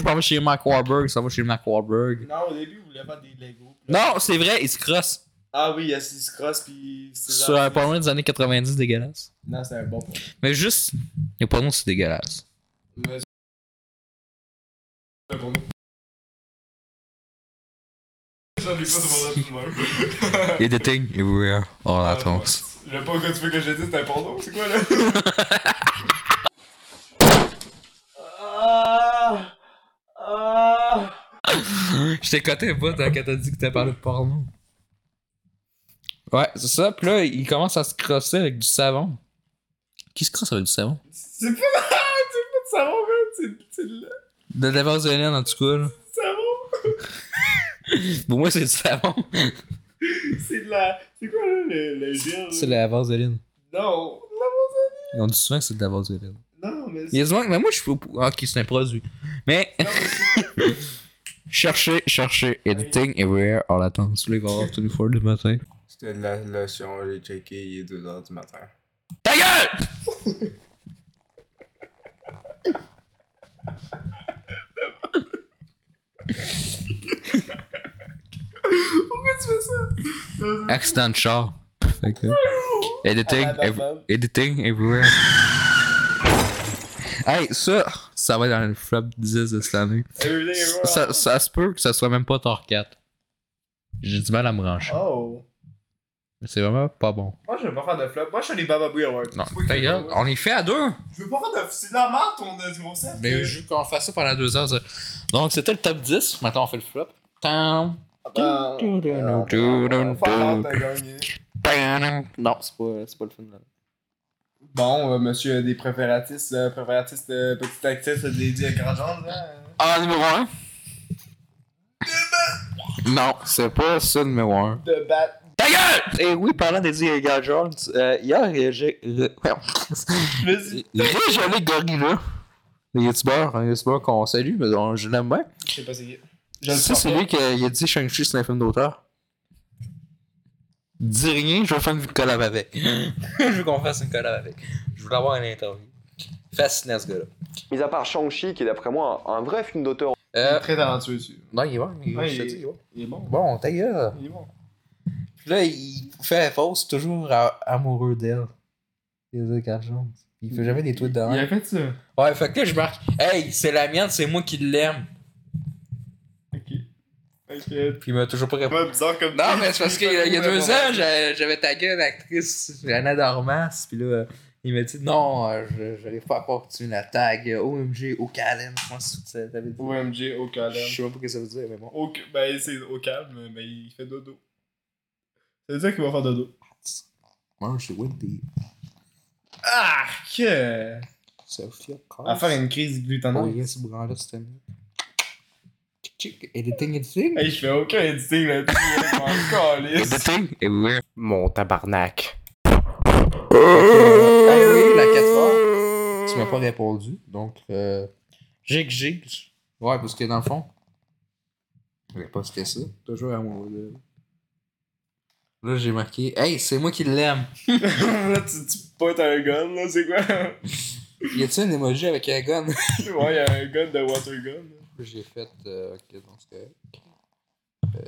[SPEAKER 1] Je m'en vais chez Mark Warburg, ça va chez Mark Warburg.
[SPEAKER 2] Non, au début, il voulait faire des Lego. puis là-
[SPEAKER 1] Non, c'est vrai, il se crosse
[SPEAKER 2] Ah oui, il y a six cross, pis c'est
[SPEAKER 1] sur un porno des années 90 dégueulasse.
[SPEAKER 2] Non, c'est un bon point.
[SPEAKER 1] Mais juste, le porno c'est dégueulasse.
[SPEAKER 2] Mais- C'est un bon point. J'en ai pas demandé à tout le monde.
[SPEAKER 1] Il dating everywhere, Oh, all at once.
[SPEAKER 2] Le pas que tu veux que je dise, c'est important, c'est quoi là? ah, ah.
[SPEAKER 1] Je t'ai coté pas hein, quand t'as dit que t'as parlé de porno. Ouais, c'est ça, pis là, il commence à se crosser avec du savon. Qui se crosse avec du savon
[SPEAKER 2] C'est pas, c'est pas de savon, man, c'est- c'est de la-
[SPEAKER 1] De la vaseline en tout cas, là.
[SPEAKER 2] du savon,
[SPEAKER 1] Pour moi, c'est du savon.
[SPEAKER 2] c'est de la. C'est quoi là le, le gel?
[SPEAKER 1] C'est de la vaseline.
[SPEAKER 2] Non,
[SPEAKER 1] On dit souvent que c'est de la vaseline.
[SPEAKER 2] non, non, mais
[SPEAKER 1] Il
[SPEAKER 2] c'est.
[SPEAKER 1] y a souvent que- mais moi je suis au- Ok, c'est un produit. Mais.
[SPEAKER 2] Non, mais c'est-
[SPEAKER 1] Cherchez, cherchez, editing everywhere, all at once. Là, il va y avoir 24 le matin.
[SPEAKER 2] C'était de la lotion, j'ai checké, il est 2h du matin.
[SPEAKER 1] Ta gueule!
[SPEAKER 2] Pourquoi
[SPEAKER 1] Accident de char. Fait que- Editing,
[SPEAKER 2] Ah, bah, bah,
[SPEAKER 1] ev-
[SPEAKER 2] bah.
[SPEAKER 1] editing everywhere. hey, ça, ça va être dans le flop 10 de cette année.
[SPEAKER 2] tu fais ça?
[SPEAKER 1] Ça, ça, ça se peut que ça soit même pas Tor 4. J'ai du mal à me brancher.
[SPEAKER 2] Oh!
[SPEAKER 1] Mais C'est vraiment pas bon.
[SPEAKER 2] Moi, je veux pas faire de flop. Moi, je suis les Baba Booey Awards.
[SPEAKER 1] Non,
[SPEAKER 2] Tu vois
[SPEAKER 1] ta
[SPEAKER 2] que-
[SPEAKER 1] gueule, on est fait à deux!
[SPEAKER 2] Je veux pas faire de. C'est de la merde, ton, euh, ton cercle.
[SPEAKER 1] Mais je veux qu'on fasse ça pendant deux heures. ça. Donc, c'était le top 10. Maintenant, on fait le flop. Tam.
[SPEAKER 2] Ben,
[SPEAKER 1] Dun, dun,
[SPEAKER 2] euh,
[SPEAKER 1] dun, dun,
[SPEAKER 2] pas
[SPEAKER 1] dun.
[SPEAKER 2] grave, t'as gagné.
[SPEAKER 1] Non, c'est pas, c'est pas le fun. Là.
[SPEAKER 2] Bon, euh, monsieur euh, des préparatistes, euh, préparatistes, euh, petite actrice euh, dédiée à grand genre, là.
[SPEAKER 1] Ah, numéro 1. Non, c'est pas ça numéro 1.
[SPEAKER 2] De bat.
[SPEAKER 1] Ta gueule! Et Eh oui, parlant des Eagle Jones, euh, hier, euh, j'ai. le-
[SPEAKER 2] Vas-y.
[SPEAKER 1] Réjolé Gorilla, le youtubeur, un youtubeur hein, qu'on salue, mais dont je l'aime bien.
[SPEAKER 2] Je sais pas c'est qui. Je le
[SPEAKER 1] Ça,
[SPEAKER 2] sens.
[SPEAKER 1] c'est lui qui a, il a dit Shang-Chi, c'est un film d'auteur. Dis rien, je vais faire une collab avec. je veux qu'on fasse une collab avec. Je voulais avoir une interview. Fascinant ce gars-là.
[SPEAKER 7] Mis à part Shang-Chi, qui est d'après moi un un vrai film d'auteur
[SPEAKER 2] Il
[SPEAKER 1] Euh,
[SPEAKER 2] est très talentueux, dessus.
[SPEAKER 1] non, il est bon, il est bon,
[SPEAKER 2] Ouais,
[SPEAKER 1] je te dis,
[SPEAKER 2] il-
[SPEAKER 1] il est bon.
[SPEAKER 2] Il est bon.
[SPEAKER 1] Bon, ta gueule.
[SPEAKER 2] Il est bon.
[SPEAKER 1] Puis là, il fait la fausse, toujours a- amoureux d'elle. Les Carl Jones. Il fait jamais des tweets de
[SPEAKER 2] Il
[SPEAKER 1] rien.
[SPEAKER 2] a fait ça.
[SPEAKER 1] Ouais, fait que là, je marque Hey, c'est la mienne, c'est moi qui l'aime.
[SPEAKER 2] Ok. Ok.
[SPEAKER 1] Puis il m'a toujours pas répondu.
[SPEAKER 2] Pas bizarre comme
[SPEAKER 1] Non, mais c'est parce qu'il y a il y a deux ans, j'a- j'avais tagué une actrice, Anna Dormas, puis là, euh, il m'a dit non, euh, je j'allais pas avoir tu la tag euh, OMG au calme. Je pense que ça t'avait dit.
[SPEAKER 2] OMG, au
[SPEAKER 1] Je
[SPEAKER 2] calme.
[SPEAKER 1] sais même pas ce que ça veut dire, mais bon.
[SPEAKER 2] Au... Ben, c'est au calme, mais il fait dodo. Ça veut dire qu'il va faire dodo.
[SPEAKER 1] Moi, je suis Wendy.
[SPEAKER 2] Ah! Que.
[SPEAKER 1] Sophia Carr.
[SPEAKER 2] À faire une crise
[SPEAKER 1] Oh,
[SPEAKER 2] glutamate.
[SPEAKER 1] yes, branleur, c'était mieux. Tchic, tchic, Editing, editing.
[SPEAKER 2] Hey, je fais aucun editing là-dessus. je m'en calisse.
[SPEAKER 1] everywhere.
[SPEAKER 7] Mon tabarnak.
[SPEAKER 1] Allô, Euh, la 4 heures. Tu m'as pas répondu. Donc, euh, jig jig. Ouais, parce que dans le fond, je savais pas ce que c'est. Toujours à moi. Là, Là, j'ai marqué Hey, c'est moi qui l'aime.
[SPEAKER 2] là, tu, tu pointes un gun, là, c'est quoi?
[SPEAKER 1] Y a-tu un emoji avec un gun
[SPEAKER 2] ouais, y'a un gun de water gun. là.
[SPEAKER 1] J'ai fait. euh, ok, donc c'est.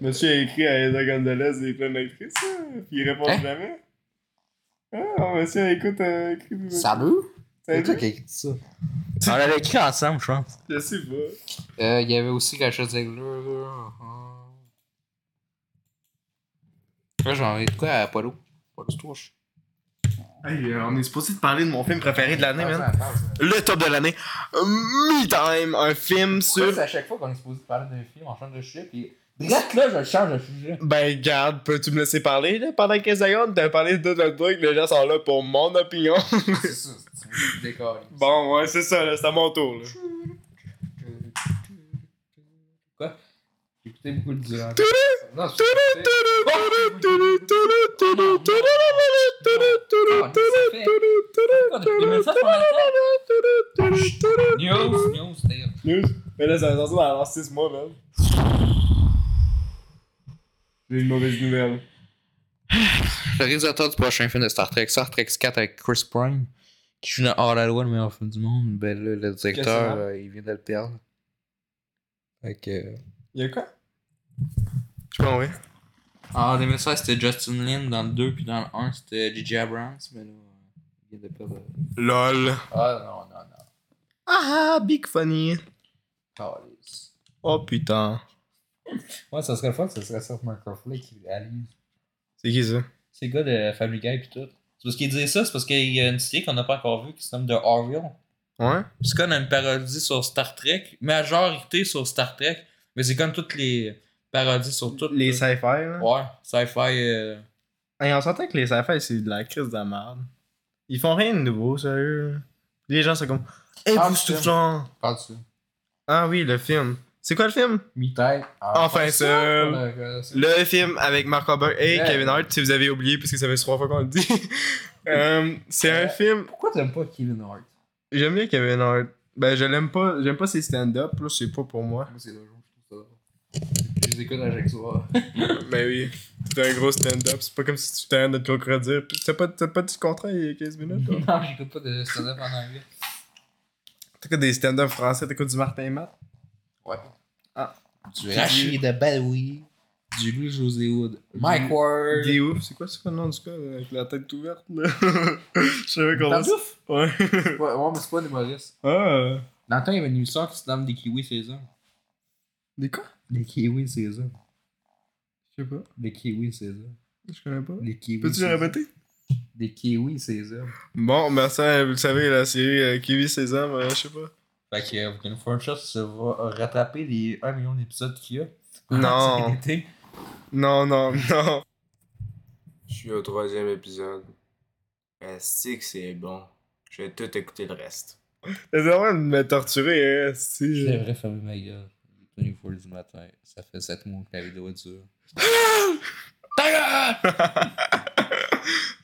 [SPEAKER 2] Monsieur a écrit à Eda Gonzalez et plein d'actrices, hein, pis il répond
[SPEAKER 1] Hein?
[SPEAKER 2] jamais. Ah, monsieur, écoute, euh, écrit du-
[SPEAKER 1] Salut C'est
[SPEAKER 2] Salut.
[SPEAKER 1] toi qui a écrit ça. On l'avait écrit ensemble, je pense.
[SPEAKER 2] Je sais pas.
[SPEAKER 1] Euh, Il y avait aussi Rachel Zegler. Là, j'en ai de quoi à Apollo. Apollo Stouche.
[SPEAKER 2] Hey, euh, on est supposé de parler de mon film préféré de l'année,
[SPEAKER 4] Attends,
[SPEAKER 2] man.
[SPEAKER 4] attends, attends.
[SPEAKER 2] Le top de l'année. Euh, Me Time, un film sur.
[SPEAKER 1] C'est à chaque fois qu'on est supposé parler de film, on change de sujet, puis. Direct là, je change de sujet.
[SPEAKER 2] Ben, garde, peux-tu me laisser parler là, pendant 15 secondes? T'as parlé de notre truc, les gens sont là pour mon opinion.
[SPEAKER 1] C'est ça, c'est décor.
[SPEAKER 2] bon, ouais, c'est ça, là, c'est à mon tour. Là.
[SPEAKER 1] J'ai écouté beaucoup de Dylan. Non, Ah, c'est News, news, d'ailleurs.
[SPEAKER 2] News. Mais là, ça va sortir dans 6 mois, man. J'ai une mauvaise nouvelle.
[SPEAKER 1] Le réalisateur du prochain film de Star Trek, Star Trek 4 avec Chris Prime, qui joue dans Hors la loi, le meilleur film du monde, ben là, le directeur,
[SPEAKER 2] Qu'est-ce
[SPEAKER 1] euh, il vient de le perdre. Fait que. euh,
[SPEAKER 2] Y'a quoi? Je pas oui.
[SPEAKER 1] Ah, En 2016, c'était Justin Lin dans le 2, puis dans le 1, c'était J.J. Abrams, mais là, il vient de perdre.
[SPEAKER 2] LOL.
[SPEAKER 1] Ah non, non, non.
[SPEAKER 2] Ah, Big Funny.
[SPEAKER 1] Calice.
[SPEAKER 2] Oh putain.
[SPEAKER 1] Ouais, ça serait le fun, ça serait sur Marco Flay qui réalise.
[SPEAKER 2] C'est qui ça?
[SPEAKER 1] C'est le gars de Family Guy pis tout. C'est parce qu'il disait ça, c'est parce qu'il y a une série qu'on n'a pas encore vue qui se nomme The Orion.
[SPEAKER 2] Ouais?
[SPEAKER 1] C'est comme une parodie sur Star Trek, majorité sur Star Trek, mais c'est comme toutes les parodies sur toutes
[SPEAKER 2] Les sci-fi, là.
[SPEAKER 1] Ouais, sci-fi. euh,
[SPEAKER 2] Hey, on s'entend que les sci-fi, c'est de la crise de la merde. Ils font rien de nouveau, sérieux. Les gens sont comme. Hey,
[SPEAKER 1] Ah,
[SPEAKER 2] vous,
[SPEAKER 1] le
[SPEAKER 2] c'est tout
[SPEAKER 1] film.
[SPEAKER 2] genre.
[SPEAKER 1] Parle ça.
[SPEAKER 2] Ah oui, le film. C'est quoi le film?
[SPEAKER 1] Mi-tête.
[SPEAKER 2] Enfin seul. Le film avec Mark Wahlberg et
[SPEAKER 1] Ouais.
[SPEAKER 2] Kevin Hart, si vous avez oublié, parce que ça fait trois fois qu'on le dit. Euh, c'est un
[SPEAKER 1] Ouais.
[SPEAKER 2] film.
[SPEAKER 1] Pourquoi t'aimes pas Kevin Hart
[SPEAKER 2] J'aime bien Kevin Hart. Ben, je l'aime pas. J'aime pas ses stand-up, là, c'est pas pour moi.
[SPEAKER 1] Moi, c'est le jour, je trouve ça. Je les écoute à chaque soir.
[SPEAKER 2] Ben oui. C'est un gros stand-up. C'est pas comme si tu t'arrêtes de te contredire. T'as pas, t'as pas dit contrat il y a 15 minutes, là.
[SPEAKER 1] non, j'écoute pas de stand-up en anglais.
[SPEAKER 2] T'écoutes des stand-up français, t'écoutes du Martin Matt.
[SPEAKER 1] Ouais.
[SPEAKER 2] Ah.
[SPEAKER 1] Du Rachid Baloui. Du Louis-José Wood. Mike Ward.
[SPEAKER 2] Des ouf, c'est quoi, c'est quoi le nom du gars là, avec la tête ouverte là? Je savais qu'on
[SPEAKER 1] Tardouf?
[SPEAKER 2] Ouais.
[SPEAKER 1] Ouais, ouais, mais c'est pas des Maurice.
[SPEAKER 2] Ah.
[SPEAKER 1] Dans le temps, il y avait une histoire qui se nomme des kiwis saison.
[SPEAKER 2] Des quoi?
[SPEAKER 1] Des kiwis saison.
[SPEAKER 2] Je sais pas.
[SPEAKER 1] Des kiwis saison.
[SPEAKER 2] Je connais pas.
[SPEAKER 1] Des kiwis.
[SPEAKER 2] Peux-tu le
[SPEAKER 1] saison.
[SPEAKER 2] répéter?
[SPEAKER 1] Des kiwis saison.
[SPEAKER 2] Bon, ben ça, vous le savez, la série euh, Kiwi Sésame, euh, je sais pas.
[SPEAKER 1] Fait que euh, Broken Furniture ça va euh, rattraper les 1 million d'épisodes qu'il y a.
[SPEAKER 2] Non.
[SPEAKER 1] C'est l'été.
[SPEAKER 2] Non, non, non.
[SPEAKER 4] Je suis au troisième épisode. Est-ce que c'est bon? Je vais tout écouter le reste.
[SPEAKER 2] C'est vraiment de me torturer, hein. Si,
[SPEAKER 1] Je
[SPEAKER 2] je-
[SPEAKER 1] devrais fermer ma gueule. 24 du matin. Ça fait 7 mois que la vidéo est dure.
[SPEAKER 2] Ta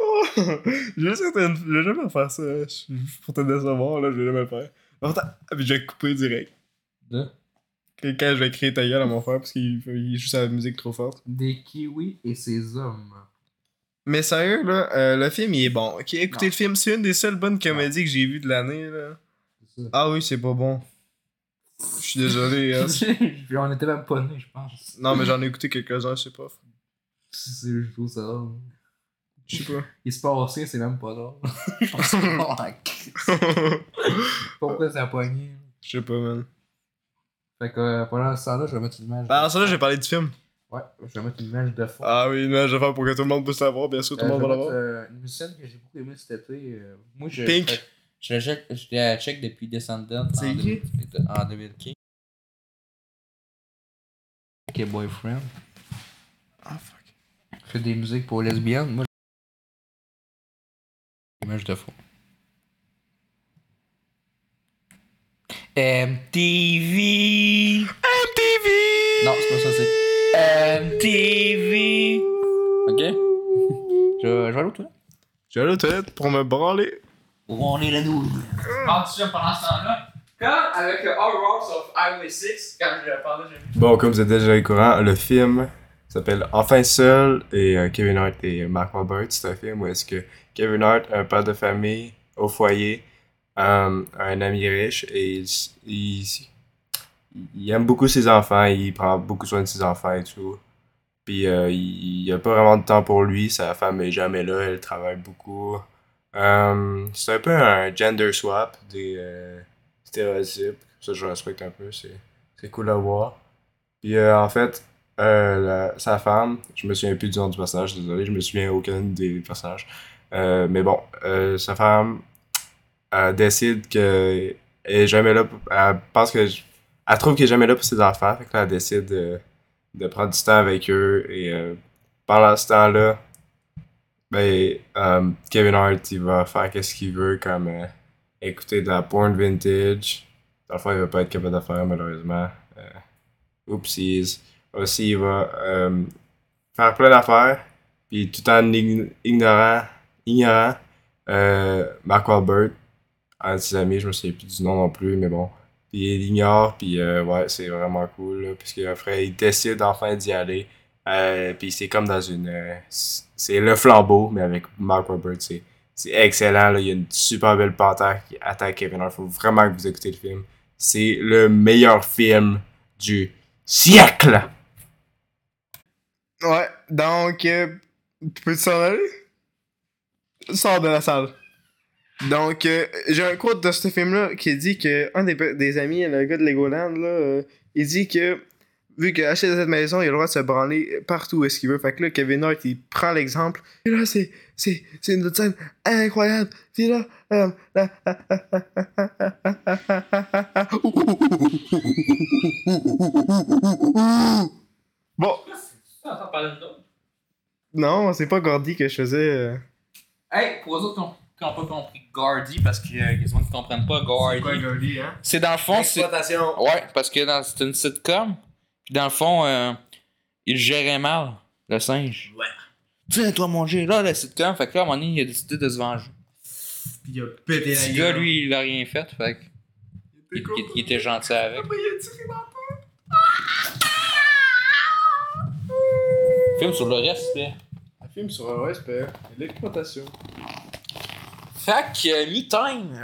[SPEAKER 2] oh, je vais certaines- je vais jamais faire ça. hein. Je- Pour te décevoir, là, je vais jamais le faire. Attends, ah, puis je vais couper direct.
[SPEAKER 1] De?
[SPEAKER 2] Quand quand je vais crier ta gueule à mon frère parce qu'il il joue sa musique trop forte.
[SPEAKER 1] Des kiwis et ses hommes.
[SPEAKER 2] Mais sérieux, là, euh, le film, il est bon. Ok, écoutez
[SPEAKER 1] Non.
[SPEAKER 2] le film, c'est une des seules bonnes comédies que j'ai vues de l'année, là.
[SPEAKER 1] C'est ça.
[SPEAKER 2] Ah oui, c'est pas bon. Je suis désolé, hein.
[SPEAKER 1] Puis on était même pas nés, je pense.
[SPEAKER 2] Non, mais j'en ai écouté quelques-uns, je sais pas.
[SPEAKER 1] C'est- Je trouve ça drôle.
[SPEAKER 2] Je sais pas.
[SPEAKER 1] Il se passe rien, c'est même pas drôle. Je pense que Pourquoi ça a poigné?
[SPEAKER 2] Je sais pas, man. Ben,
[SPEAKER 1] Fait que euh, pendant ce temps-là, je vais mettre une image.
[SPEAKER 2] Alors, ça, là, je vais parler du film.
[SPEAKER 1] Ouais, je vais mettre une image de fond.
[SPEAKER 2] Ah oui, là, je vais faire pour que tout le monde puisse l'avoir, bien sûr, tout
[SPEAKER 1] Euh,
[SPEAKER 2] le monde
[SPEAKER 1] je
[SPEAKER 2] va
[SPEAKER 1] vais
[SPEAKER 2] l'avoir.
[SPEAKER 1] mettre, euh, une scène que j'ai beaucoup aimée cet été. euh, moi, je.
[SPEAKER 2] Pink.
[SPEAKER 1] fait- Je, la check- je, la check depuis Descendant.
[SPEAKER 2] C'est
[SPEAKER 1] en
[SPEAKER 2] qui?
[SPEAKER 1] 2000 En 2015. Ok, boyfriend.
[SPEAKER 2] Ah, fuck.
[SPEAKER 1] Je fais des musiques pour lesbiennes. Moi, je- image de fond. MTV.
[SPEAKER 2] MTV!
[SPEAKER 1] Non, c'est pas ça, c'est MTV. Ok? je, je vais aller aux toilettes.
[SPEAKER 2] Je vais aller aux toilettes pour me branler.
[SPEAKER 1] On est la double. Parti pendant ce temps-là. Comme avec le Horrors of Highway 6, quand je parlais, j'ai
[SPEAKER 4] Bon, comme vous êtes déjà au courant, le film s'appelle Enfin Seul et euh, Kevin Hart et Mark Wahlberg. C'est un film où est-ce que Kevin Hart, un père de famille au foyer, euh, a un ami riche et il, s- il s- il aime beaucoup ses enfants, il prend beaucoup soin de ses enfants et tout. Puis euh, il n'a pas vraiment de temps pour lui, sa femme est jamais là, elle travaille beaucoup. Euh, c'est un peu un gender swap des euh, stéréotypes, ça je respecte un peu, c'est c'est cool à voir. Puis euh, en fait, euh, la- sa femme, je me souviens plus du nom du personnage, désolé, je me souviens aucun des personnages. Euh, mais bon, euh, sa femme elle décide qu'elle est jamais là. pour- Elle pense que. Elle trouve qu'elle est jamais là pour ses enfants. Fait que là, elle décide de, de prendre du temps avec eux. Et euh, pendant ce temps-là, ben, euh, Kevin Hart, il va faire qu'est-ce qu'il veut, comme euh, écouter de la porn vintage. Dans le fond, il va pas être capable de faire, malheureusement. Euh, oopsies. Aussi, il va euh, faire plein d'affaires. Puis tout en ign- ignorant, ignorant euh, Mark Wahlberg, un de ses amis, je me souviens plus du nom non plus, mais bon. Puis il ignore, puis euh, ouais, c'est vraiment cool, là, parce qu'après, il décide enfin d'y aller. Euh, puis c'est comme dans une. euh, c- c'est le flambeau, mais avec Mark Wahlberg, c'est, c'est excellent, là. Il y a une super belle panthère qui attaque Kevin Hart. Faut vraiment que vous écoutez le film. C'est le meilleur film du siècle!
[SPEAKER 2] Ouais, donc, euh, tu peux te s'en aller? Sors de la salle. Donc, euh, j'ai un quote de ce film-là qui dit que un des, pe- des amis, le gars de Legoland, là, euh, il dit que vu qu'il a acheté cette maison, il a le droit de se branler partout où est-ce qu'il veut. Fait que là, Kevin Hart, il prend l'exemple. Et là, c'est, c'est, c'est une autre scène incroyable. Puis là, euh, la- Bon, non, c'est pas Gordy que je faisais. euh,
[SPEAKER 1] Hey, pour eux autres qui n'ont pas compris Gordy, parce euh, qu'il y a des gens qui ne comprennent pas Gordy.
[SPEAKER 2] Gordy, hein?
[SPEAKER 1] C'est dans le fond, c'est.
[SPEAKER 2] Exploitation.
[SPEAKER 1] Ouais, parce que dans- c'est une sitcom. Puis dans le fond, euh, il gérait mal, le singe. Ouais. Tiens-toi manger, là, la sitcom. Fait que là, à un moment donné, il a décidé de se venger.
[SPEAKER 2] Puis il a pété
[SPEAKER 1] Le petit gars, lui, il a rien fait. Fait que il,
[SPEAKER 2] était
[SPEAKER 1] il- il était gentil avec.
[SPEAKER 2] il a tiré dans
[SPEAKER 1] Film sur le respect.
[SPEAKER 2] Un film sur un respect et l'exploitation.
[SPEAKER 1] Fait que, euh, me-time.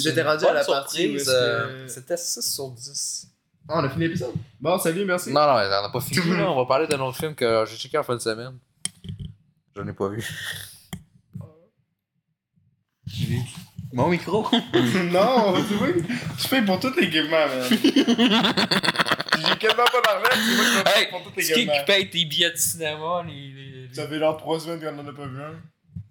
[SPEAKER 2] J'étais rendu à la partie où est-ce que-
[SPEAKER 1] C'était 6 sur 10.
[SPEAKER 2] Ah, on a fini l'épisode. Bon, salut, merci.
[SPEAKER 1] Non, non, on n'a pas fini. là. On va parler d'un autre film que j'ai checké en fin de semaine. Je l'ai pas vu. Mon micro.
[SPEAKER 2] non, tu vois, je paye pour tout l'équipement, man. J'ai quasiment pas d'argent, tu vois, je paye
[SPEAKER 1] Hey,
[SPEAKER 2] pour tout
[SPEAKER 1] C'est qui qui
[SPEAKER 2] l'équipement.
[SPEAKER 1] paye tes billets de cinéma? les- les- les-
[SPEAKER 2] Ça fait genre 3 semaines qu'on en a pas vu un.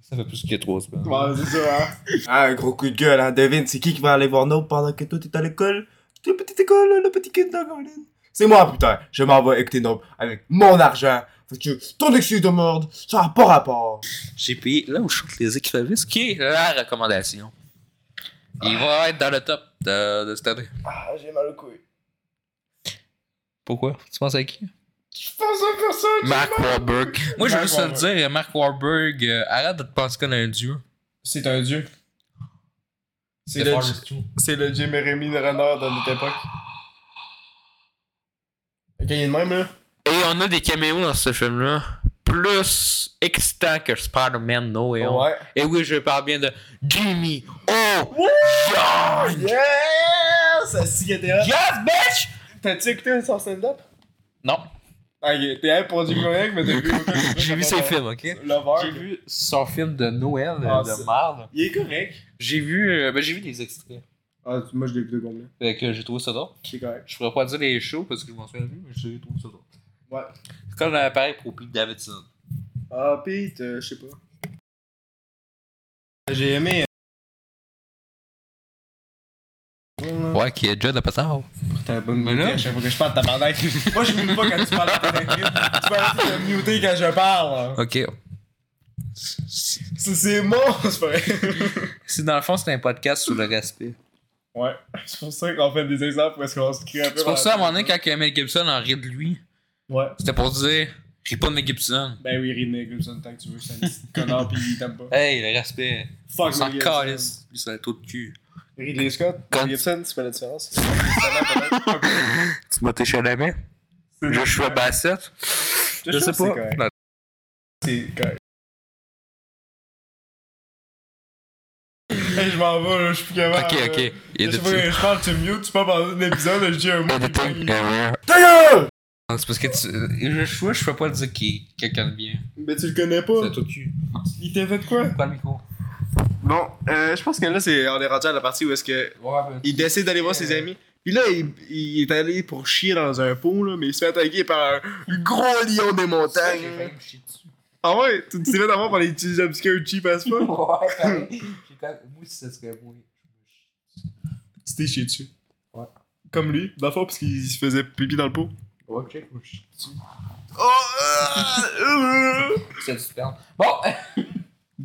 [SPEAKER 1] Ça fait plus que trois semaines.
[SPEAKER 2] Ouais, c'est ça, hein.
[SPEAKER 4] Ah, un gros coup de gueule, hein. Devine, c'est qui qui va aller voir nous pendant que toi t'es à l'école? La petite école, le petit kid dans Golden. C'est moi, putain. Je m'en vais écouter Nope avec mon argent. Faut que ton excuse de merde, ça n'a pas rapport.
[SPEAKER 1] J'ai payé là où je chante les éclavistes, qui est la recommandation. Il va être dans le top de, de cette année.
[SPEAKER 2] Ah, j'ai mal au couilles.
[SPEAKER 1] Pourquoi? Tu penses à qui?
[SPEAKER 2] Je pense à personne.
[SPEAKER 1] Mark Wahlberg. Moi, je veux
[SPEAKER 2] Mark
[SPEAKER 1] juste te dire, Mark Wahlberg, euh, arrête de te penser qu'on a un dieu.
[SPEAKER 2] C'est un dieu. C'est le,
[SPEAKER 1] fort,
[SPEAKER 2] J-
[SPEAKER 1] tout.
[SPEAKER 2] c'est le Jim Rémy Renard de notre époque. Ok, il est de même, là.
[SPEAKER 1] Et on a des caméos dans ce film-là. Plus excitant que Spider-Man No Way Home.
[SPEAKER 2] Ouais.
[SPEAKER 1] Et oui, je parle bien de Jimmy Oh!
[SPEAKER 2] Yes! Assis, t'es là.
[SPEAKER 1] Yes, bitch!
[SPEAKER 2] T'as-tu écouté son stand-up?
[SPEAKER 1] Non,
[SPEAKER 2] Ah, ok, t'es hype pour du Greg, mais t'as vu.
[SPEAKER 1] j'ai vu ses films, ok?
[SPEAKER 2] Lover.
[SPEAKER 1] J'ai vu son film de Noël, euh,
[SPEAKER 2] Ah,
[SPEAKER 1] de
[SPEAKER 2] c'est-
[SPEAKER 1] marde.
[SPEAKER 2] Il est correct.
[SPEAKER 1] J'ai vu, euh, ben, j'ai vu des extraits.
[SPEAKER 2] Ah, moi je l'ai écouté combien?
[SPEAKER 1] Fait que j'ai trouvé ça drôle.
[SPEAKER 2] C'est correct.
[SPEAKER 1] Je pourrais pas dire les shows parce que je m'en souviens plus, mais j'ai trouvé ça drôle.
[SPEAKER 2] Ouais.
[SPEAKER 1] C'est comme un appareil pour Pete Davidson.
[SPEAKER 2] Ah, Pete, euh, je sais pas. J'ai aimé. euh,
[SPEAKER 1] Ouais, qui est déjà de la patate.
[SPEAKER 2] T'as bonne
[SPEAKER 1] Mais Ben là-
[SPEAKER 2] à chaque fois que je parle, tabarnak. Moi, je mute pas quand tu parles, tabarnak. Tu vas essayer de muter quand je parle.
[SPEAKER 1] Ok.
[SPEAKER 2] C'est- C'est mon, c'est pas vrai.
[SPEAKER 1] C'est dans le fond, c'est un podcast sur le respect.
[SPEAKER 2] Ouais, c'est pour ça qu'on fait des exemples parce qu'on se crée un peu.
[SPEAKER 1] C'est
[SPEAKER 2] par
[SPEAKER 1] pour ça, à un
[SPEAKER 2] la-
[SPEAKER 1] moment donné, quand Mel Gibson en rit de lui,
[SPEAKER 2] Ouais.
[SPEAKER 1] c'était pour dire Ris pas de Mel Gibson.
[SPEAKER 2] Ben oui, Ridney Gibson, tant que tu veux, c'est un petit connard pis il t'aime pas.
[SPEAKER 1] Hey, le respect. On
[SPEAKER 2] Fuck
[SPEAKER 1] s'en
[SPEAKER 2] Ah, Mel
[SPEAKER 1] calisse. Lui, c'est un taux de cul.
[SPEAKER 2] Ridley Scott,
[SPEAKER 1] Quand-
[SPEAKER 2] Mel Gibson, c'est pas la différence.
[SPEAKER 1] Tu m'as touché la main? Joshua Bassett? Je sais
[SPEAKER 2] C'est
[SPEAKER 1] pas.
[SPEAKER 2] correct.
[SPEAKER 1] Non.
[SPEAKER 2] C'est correct. Hey, je m'en vais, là, je suis plus capable.
[SPEAKER 1] Ok,
[SPEAKER 2] là.
[SPEAKER 1] ok. Il est
[SPEAKER 2] Je
[SPEAKER 1] de
[SPEAKER 2] sais pas, je parle, tu mute, tu peux pas parler de l'épisode, je dis un mot.
[SPEAKER 1] Editing
[SPEAKER 2] puis-
[SPEAKER 1] error.
[SPEAKER 2] Ta gueule!
[SPEAKER 1] Non, C'est parce que tu. Joshua, je peux pas dire qu'il est quelqu'un de bien.
[SPEAKER 2] Mais tu le connais
[SPEAKER 1] C'est un
[SPEAKER 2] pas.
[SPEAKER 1] taux de cul.
[SPEAKER 2] Il t'a fait de quoi?
[SPEAKER 1] Pas le micro.
[SPEAKER 2] Bon, euh, je pense que là, c'est, on est rendu à la partie où est-ce que
[SPEAKER 1] Ouais,
[SPEAKER 2] il décide d'aller voir ses amis. Puis là, il, il est allé pour chier dans un pot, là, mais il se fait attaquer par un gros lion des montagnes.
[SPEAKER 1] J'ai failli me chier dessus.
[SPEAKER 2] Ah ouais, tu te fait d'avoir par les petits obscurs cheap as fuck.
[SPEAKER 1] Ouais, pareil. J'ai comme- Moi, si ça serait moi.
[SPEAKER 2] Tu t'es chié dessus.
[SPEAKER 1] Ouais.
[SPEAKER 2] Comme lui, dans le fond, parce qu'il se faisait pipi dans le pot.
[SPEAKER 1] Ok, moi, je suis dessus.
[SPEAKER 2] Oh! euh, euh.
[SPEAKER 1] C'est du sperme. Bon,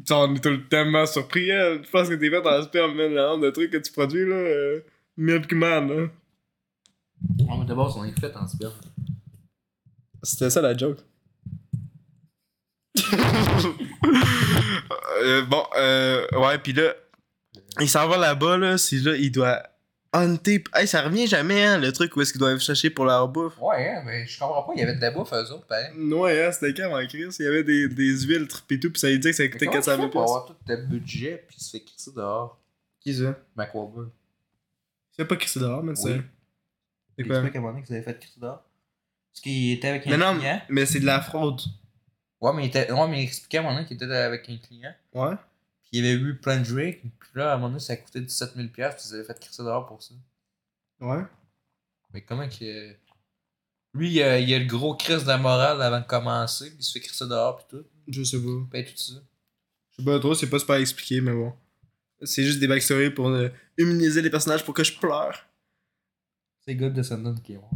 [SPEAKER 2] Genre, on est tout le temps tellement surpris, hein. Je pense que t'es fait dans le sperme, man, la honte de trucs que tu produis, là. euh, Milkman, hein.
[SPEAKER 1] Ouais, mais de base, on est fait en sperme.
[SPEAKER 2] C'était ça la joke. bon, euh, ouais, puis là, il s'en va là-bas, là, c'est là, il doit hunter. Hey, ça revient jamais, hein, le truc où est-ce qu'ils doivent chercher pour leur bouffe.
[SPEAKER 1] Ouais, hein, mais je comprends pas, il y avait de la bouffe eux autres, pareil.
[SPEAKER 2] Ouais, hein, c'était quand, en Chris? Il y avait des, des huîtres pis tout, pis ça lui dit que ça coûtait
[SPEAKER 1] Mais comment tu
[SPEAKER 2] 400
[SPEAKER 1] fais
[SPEAKER 2] 000
[SPEAKER 1] pour avoir tout le budget, puis se fait crisser dehors.
[SPEAKER 2] Qui ça?
[SPEAKER 1] Macrobe.
[SPEAKER 2] C'est pas qui c'est dehors, mais c'est.
[SPEAKER 1] Oui.
[SPEAKER 2] C'est quoi?
[SPEAKER 1] à un moment donné que vous avez fait crisser dehors. Parce qu'il était avec un
[SPEAKER 2] Mais non,
[SPEAKER 1] client.
[SPEAKER 2] mais c'est de la fraude.
[SPEAKER 1] Ouais, mais il, était... ouais, mais il expliquait à un moment donné qu'il était avec un client.
[SPEAKER 2] Ouais?
[SPEAKER 1] Puis il y avait eu plein de drinks. Puis là, à un moment donné, ça coûtait 17 000$. Puis ils avaient fait crisser dehors pour ça.
[SPEAKER 2] Ouais?
[SPEAKER 1] Mais comment que. Lui, euh, il a le gros crise de la morale avant de commencer. Puis il se fait crisser dehors, puis tout.
[SPEAKER 2] Je sais pas.
[SPEAKER 1] Ben, tout ça.
[SPEAKER 2] Je sais pas trop, Bah, c'est pas super expliqué, mais bon. C'est juste des backstories pour euh, humaniser les personnages pour que je pleure.
[SPEAKER 1] C'est God Descendant qui est mort.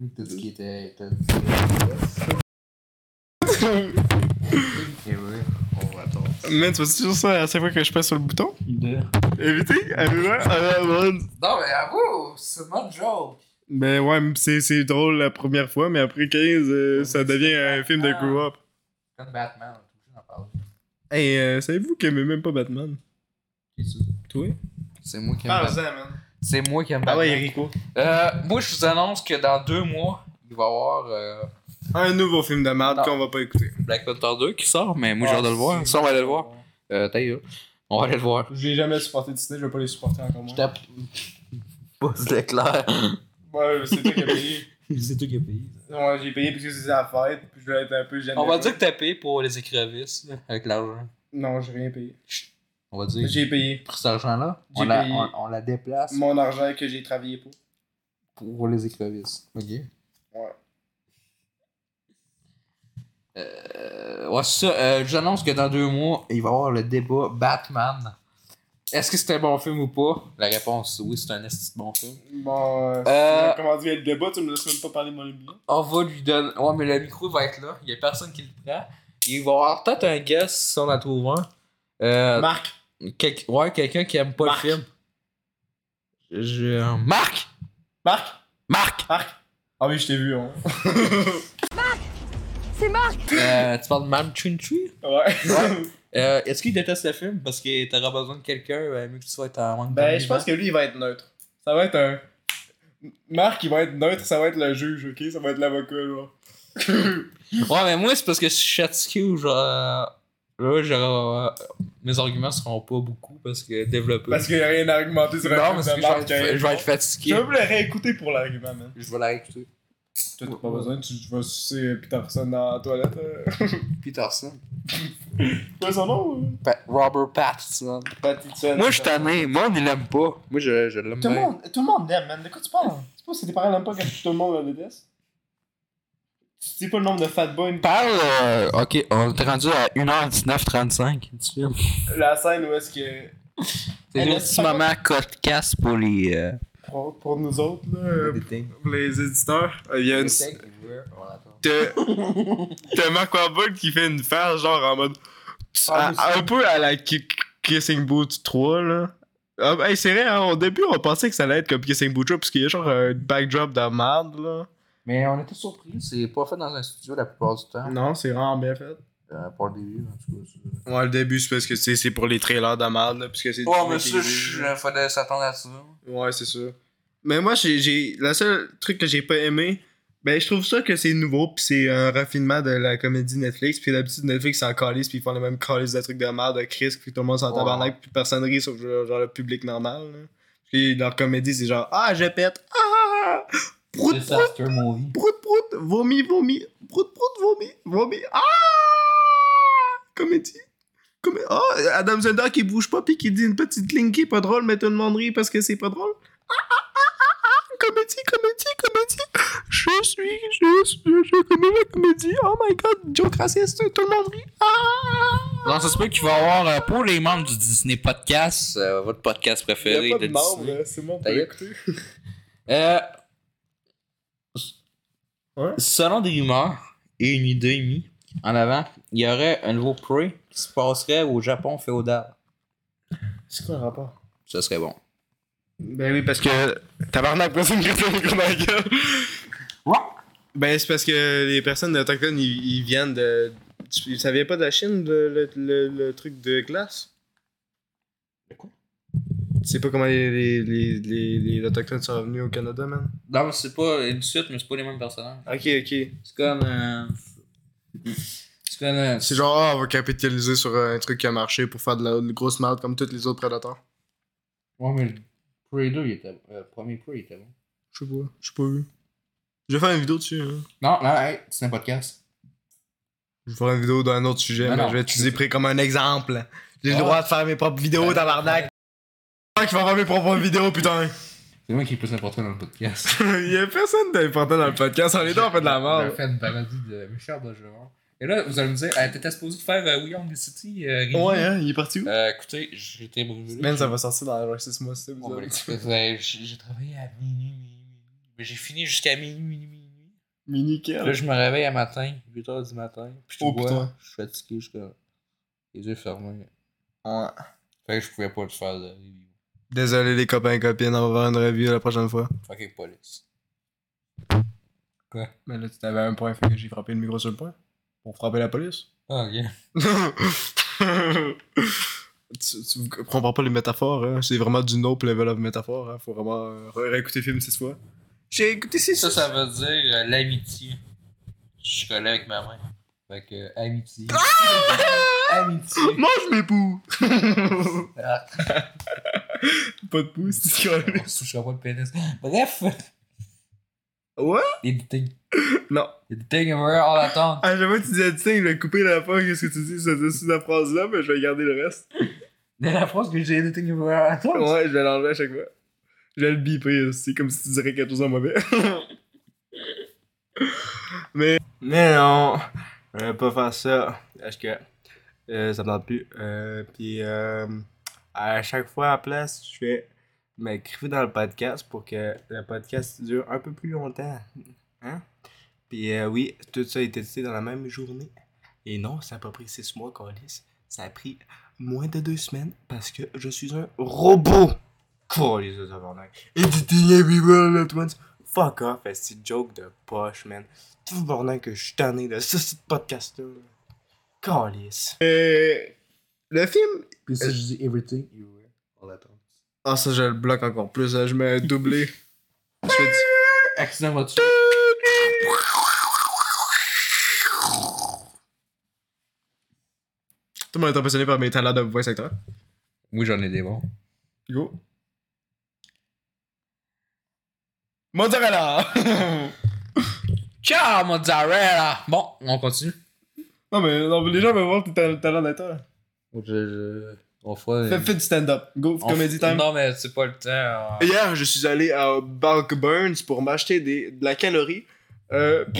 [SPEAKER 1] Lui, t'as dit qu'il était. t'as dit- Et oui, on va attendre.
[SPEAKER 2] Man, tu vois toujours ça à chaque fois que je passe sur le bouton? Éviter?
[SPEAKER 1] Non, mais avoue, c'est mon joke.
[SPEAKER 2] Ben ouais, mais c'est c'est drôle la première fois, mais après 15, euh, ça devient un film de grow up.
[SPEAKER 1] Comme Batman, on est obligé d'en parler.
[SPEAKER 2] Hey, euh, savez-vous qu'il aimait même pas Batman? Toi?
[SPEAKER 1] C'est moi qui aime Batman.
[SPEAKER 2] man.
[SPEAKER 1] C'est moi qui aime
[SPEAKER 2] Ah
[SPEAKER 1] Batman.
[SPEAKER 2] ouais, Erico.
[SPEAKER 1] Euh, moi, je vous annonce que dans deux mois, il va y avoir euh,
[SPEAKER 2] Un nouveau film de merde
[SPEAKER 1] Non.
[SPEAKER 2] qu'on va pas écouter.
[SPEAKER 1] Black Panther 2 qui sort, mais moi, j'ai hâte de le
[SPEAKER 2] Ah,
[SPEAKER 1] voir. Ça, on va aller le voir. Euh, ta gueule. On va aller le voir.
[SPEAKER 2] J'ai jamais supporté Disney, je vais pas les supporter encore moins.
[SPEAKER 1] tape. Pose l'éclair.
[SPEAKER 2] Ouais, c'est toi qui as payé.
[SPEAKER 1] C'est tout qui a payé.
[SPEAKER 2] Ouais, j'ai payé parce que c'est la fête, puis je voulais être un peu gêné.
[SPEAKER 1] On va dire que t'as payé pour les écrevisses là, avec l'argent.
[SPEAKER 2] Non, j'ai rien payé.
[SPEAKER 1] On va dire.
[SPEAKER 2] J'ai payé
[SPEAKER 1] Pour cet argent-là, on
[SPEAKER 2] J'ai
[SPEAKER 1] la,
[SPEAKER 2] payé.
[SPEAKER 1] on, on la déplace
[SPEAKER 2] mon argent que j'ai travaillé pour.
[SPEAKER 1] pour les écrevisses. Ok.
[SPEAKER 2] Ouais.
[SPEAKER 1] Euh, ouais, c'est ça. Euh, J'annonce que dans deux mois, il va y avoir le débat Batman. Est-ce que c'est un bon film ou pas La réponse, oui, c'est un esti de bon film.
[SPEAKER 2] Bon, euh,
[SPEAKER 1] Euh,
[SPEAKER 2] comment dire, le débat, tu me laisses même pas parler de mon immobilier.
[SPEAKER 1] On va lui donner. Ouais, mais le micro va être là. Il y a personne qui le prend. Il va y avoir peut-être un guest si on en trouve un. Euh,
[SPEAKER 2] Marc,
[SPEAKER 1] quel- Ouais, quelqu'un qui aime pas
[SPEAKER 2] Marc.
[SPEAKER 1] le film. Je... Marc
[SPEAKER 2] Marc,
[SPEAKER 1] Marc
[SPEAKER 2] Marc. Ah oui, je t'ai vu, hein.
[SPEAKER 1] Euh, Tu parles de Mam Chun
[SPEAKER 2] Ouais.
[SPEAKER 1] Euh, Est-ce qu'il déteste le film parce que t'auras besoin de quelqu'un, euh, mieux que tu sois en manque
[SPEAKER 2] ben, je pense que lui, il va être neutre. Ça va être un. Marc, il va être neutre, ça va être le juge, ok? Ça va être l'avocat, là.
[SPEAKER 1] Ouais, mais moi, c'est parce que je suis fatigué ou genre. euh, Là, genre. euh, Mes arguments seront pas beaucoup parce que développer.
[SPEAKER 2] Parce qu'il n'y a rien à argumenter sur
[SPEAKER 1] non,
[SPEAKER 2] un
[SPEAKER 1] parce
[SPEAKER 2] film
[SPEAKER 1] que je vais
[SPEAKER 2] de hein. Marc.
[SPEAKER 1] être- je vais être
[SPEAKER 2] Je
[SPEAKER 1] fatigué.
[SPEAKER 2] veux le réécouter pour l'argument, man.
[SPEAKER 1] Je vais la réécouter.
[SPEAKER 2] Toi, t'as pas besoin, tu vas sucer Peterson dans la toilette. euh.
[SPEAKER 1] Peterson.
[SPEAKER 2] Quoi son nom? euh?
[SPEAKER 1] Pa- Ben, Robert Pattinson.
[SPEAKER 2] Pattinson.
[SPEAKER 1] Moi, je suis tanné. Moi, on ne l'aime pas. Moi, je, je l'aime
[SPEAKER 2] Tout le
[SPEAKER 1] bien.
[SPEAKER 2] monde, tout le monde l'aime, man. De quoi tu parles? C'est pas si tes parents l'aiment pas quand tout le monde le déteste? Tu dis pas le nombre de fatboys.
[SPEAKER 1] Parle. euh, ok, on est rendu à 1h19.35 du film.
[SPEAKER 2] La scène où est-ce que.
[SPEAKER 1] C'est
[SPEAKER 2] Elle
[SPEAKER 1] le
[SPEAKER 2] est
[SPEAKER 1] petit
[SPEAKER 2] pas-
[SPEAKER 1] moment podcast pour les. euh,
[SPEAKER 2] Pour, pour nous autres, là, euh, pour les éditeurs, euh, il y a une. s- T'as t'as Mark Wahlberg qui fait une face genre en mode.
[SPEAKER 1] Ah,
[SPEAKER 2] à- un peu à la Ki- Kissing Booth 3, là. Ah, hey, c'est vrai, hein, au début, on pensait que ça allait être comme Kissing Booth 3 parce qu'il y a genre un backdrop de merde, là.
[SPEAKER 1] Mais on était surpris, c'est pas fait dans un studio la plupart du temps.
[SPEAKER 2] Non, c'est vraiment bien fait.
[SPEAKER 1] Euh, pour le début, en tout cas. c'est-
[SPEAKER 2] Ouais, le début, c'est parce que tu sais, c'est pour les trailers de merde, là, parce que c'est.
[SPEAKER 1] Ouais, mais
[SPEAKER 2] c'est-
[SPEAKER 1] ça, je- fallait s'attendre à ça.
[SPEAKER 2] Ouais, c'est sûr. Mais moi, j'ai, j'ai... le seul truc que j'ai pas aimé, ben, je trouve ça que c'est nouveau, puis c'est un raffinement de la comédie Netflix. Puis d'habitude, Netflix s'en calisse, puis ils font les mêmes calices de trucs de merde, de Chris, puis tout le monde s'en
[SPEAKER 1] Ouais.
[SPEAKER 2] tabarnak, puis personne rit sauf genre, genre le public normal. Là. Puis leur comédie, c'est genre Ah, je pète, ah, prout, prout,
[SPEAKER 1] Disaster movie.
[SPEAKER 2] prout, prout, vomi, vomi, prout, prout, vomi, vomi, ah, comédie. Comé- Ah, Adam Zender qui bouge pas, puis qui dit une petite ligne qui est pas drôle, Ah, mais tout le monde rit parce que c'est pas drôle comédie, comédie, comédie. Je Je suis juste je, je connais la comédie. Oh my god, joke raciste, tout le monde rit. Ah!
[SPEAKER 1] Non, ça se peut qu'il va y avoir euh, pour les membres du Disney Podcast, euh, votre podcast préféré de, Disney.
[SPEAKER 4] c'est mon
[SPEAKER 1] peut D'ailleurs. Euh,
[SPEAKER 4] Ouais.
[SPEAKER 1] Selon des rumeurs et une idée mise en avant, il y aurait un nouveau Prey qui se passerait au Japon féodal.
[SPEAKER 4] C'est quoi le rapport?
[SPEAKER 1] Ça serait bon.
[SPEAKER 2] Ben oui, parce que. Tabarnak, personne qui répond au la gueule. Ben c'est parce que les personnes autochtones, ils, ils viennent de. Tu, ça vient pas de la Chine, le, le, le, le truc de glace?
[SPEAKER 1] De quoi?
[SPEAKER 2] Tu sais pas comment les, les, les, les, les autochtones sont revenus au Canada, man?
[SPEAKER 1] Non, mais c'est pas une suite, mais c'est pas les mêmes personnages.
[SPEAKER 2] Ok, ok.
[SPEAKER 1] C'est comme. euh, C'est comme. euh,
[SPEAKER 2] C'est genre, ah, on va capitaliser sur euh, un truc qui a marché pour faire de la de grosse merde comme tous les autres prédateurs.
[SPEAKER 1] Ouais, mais le Prey 2, il était. euh, le premier Prey, il était bon.
[SPEAKER 2] Je sais pas, je sais pas vu. Je vais faire une vidéo dessus. hein.
[SPEAKER 1] Non, non, hey, c'est un podcast.
[SPEAKER 2] Je vais faire une vidéo d'un autre sujet,
[SPEAKER 1] Non,
[SPEAKER 2] mais
[SPEAKER 1] non.
[SPEAKER 2] je vais utiliser pré comme un exemple. J'ai
[SPEAKER 1] Ah.
[SPEAKER 2] le droit de faire mes propres vidéos,
[SPEAKER 1] Ouais.
[SPEAKER 2] Oh, tabarnak. Ouais. Qui va faire mes propres vidéos, putain.
[SPEAKER 1] C'est moi qui pousse n'importe quoi dans le podcast.
[SPEAKER 2] Il y a personne d'important dans le podcast, on est deux, on fait de la
[SPEAKER 1] On a
[SPEAKER 2] merde.
[SPEAKER 1] fait une parodie de Michel Bergeron. Et là, vous allez me dire, elle était supposée faire euh, We Own the City, euh, review.
[SPEAKER 2] hein, il est parti où
[SPEAKER 1] Euh, écoutez, j'étais brûlé.
[SPEAKER 2] Même ça va sortir dans genre 6 mois, c'est
[SPEAKER 1] Bon,
[SPEAKER 2] bizarre.
[SPEAKER 1] ben, écoutez, J'ai j'ai travaillé à minuit, minuit, minuit. Mais j'ai fini jusqu'à minuit, minuit, minuit.
[SPEAKER 2] Mini
[SPEAKER 1] Puis Là,
[SPEAKER 2] quel
[SPEAKER 1] je me réveille à matin, 8h du matin. Puis je
[SPEAKER 2] Oh,
[SPEAKER 1] vois,
[SPEAKER 2] putain.
[SPEAKER 1] je suis fatigué, je suis comme, les yeux fermés.
[SPEAKER 2] Ouais.
[SPEAKER 1] Fait que je pouvais pas le faire de review.
[SPEAKER 2] Désolé les copains et copines, on va faire une review la prochaine fois.
[SPEAKER 1] Fucking police.
[SPEAKER 2] Mais là, tu t'avais un point, fait que j'ai frappé le micro sur le point. Pour frapper la police.
[SPEAKER 1] Ah, ok.
[SPEAKER 2] tu, tu comprends pas les métaphores, hein? C'est vraiment du nope level of métaphore, hein? Faut vraiment euh, ré- réécouter le film six fois. J'ai écouté six
[SPEAKER 1] Ça, ça veut dire euh, l'amitié. Je suis collé avec ma Ah! main. Fait que, euh, amitié. amitié.
[SPEAKER 2] Mange mes poux!
[SPEAKER 1] Ah.
[SPEAKER 2] pas de poux, c'est ce qu'on
[SPEAKER 1] On se touchera pas le pénis. Bref,
[SPEAKER 2] Ouais?
[SPEAKER 1] les dating.
[SPEAKER 2] Non.
[SPEAKER 1] Les dating everywhere, all attend.
[SPEAKER 2] À chaque fois que tu disais tiens, il a coupé la fin, qu'est-ce que tu dis? Ça c'est la phrase-là, mais je vais garder le reste.
[SPEAKER 1] Dès la phrase que j'ai dating everywhere, all attend.
[SPEAKER 2] Ouais, je vais l'enlever à chaque fois. Je vais le biper, c'est comme si tu dirais quelque chose de mauvais. mais. Mais non, je vais pas faire ça. Parce que euh, ça me tente plus. Euh, Puis euh, à chaque fois, à la place, je vais m'écrire dans le podcast pour que le podcast dure un peu plus longtemps. Hein? Puis euh, oui, tout ça a été testé dans la même journée. Et non, ça n'a pas pris six mois, Colis. Ça a pris moins de deux semaines parce que je suis un robot. Oh les autres tabarnak. Editing everywhere at once. Fuck off, c'est joke de poche, man. Tout le bordel que je suis tanné de ce ce podcast-là. Calice. Euh, le film. euh,
[SPEAKER 1] Puis si je dis everything everywhere, all attend.
[SPEAKER 2] Ah, ça, je le bloque encore plus. hein, Je mets doublé. je fais du-
[SPEAKER 1] Accident voiture.
[SPEAKER 2] Tout le monde est impressionné par mes talents de voice actor.
[SPEAKER 1] Oui, j'en ai des bons.
[SPEAKER 2] Go. Mozzarella!
[SPEAKER 1] Ciao, mozzarella! Bon, on continue.
[SPEAKER 2] non, mais non, mais les gens veulent voir tes ta- talents d'acteur.
[SPEAKER 1] On fera.
[SPEAKER 2] Fais, fais du stand-up. Go, comedy time.
[SPEAKER 1] Non, mais c'est pas le temps. ah.
[SPEAKER 2] Hier, je suis allé à Bulk Burns pour m'acheter des, de la calorie. Euh...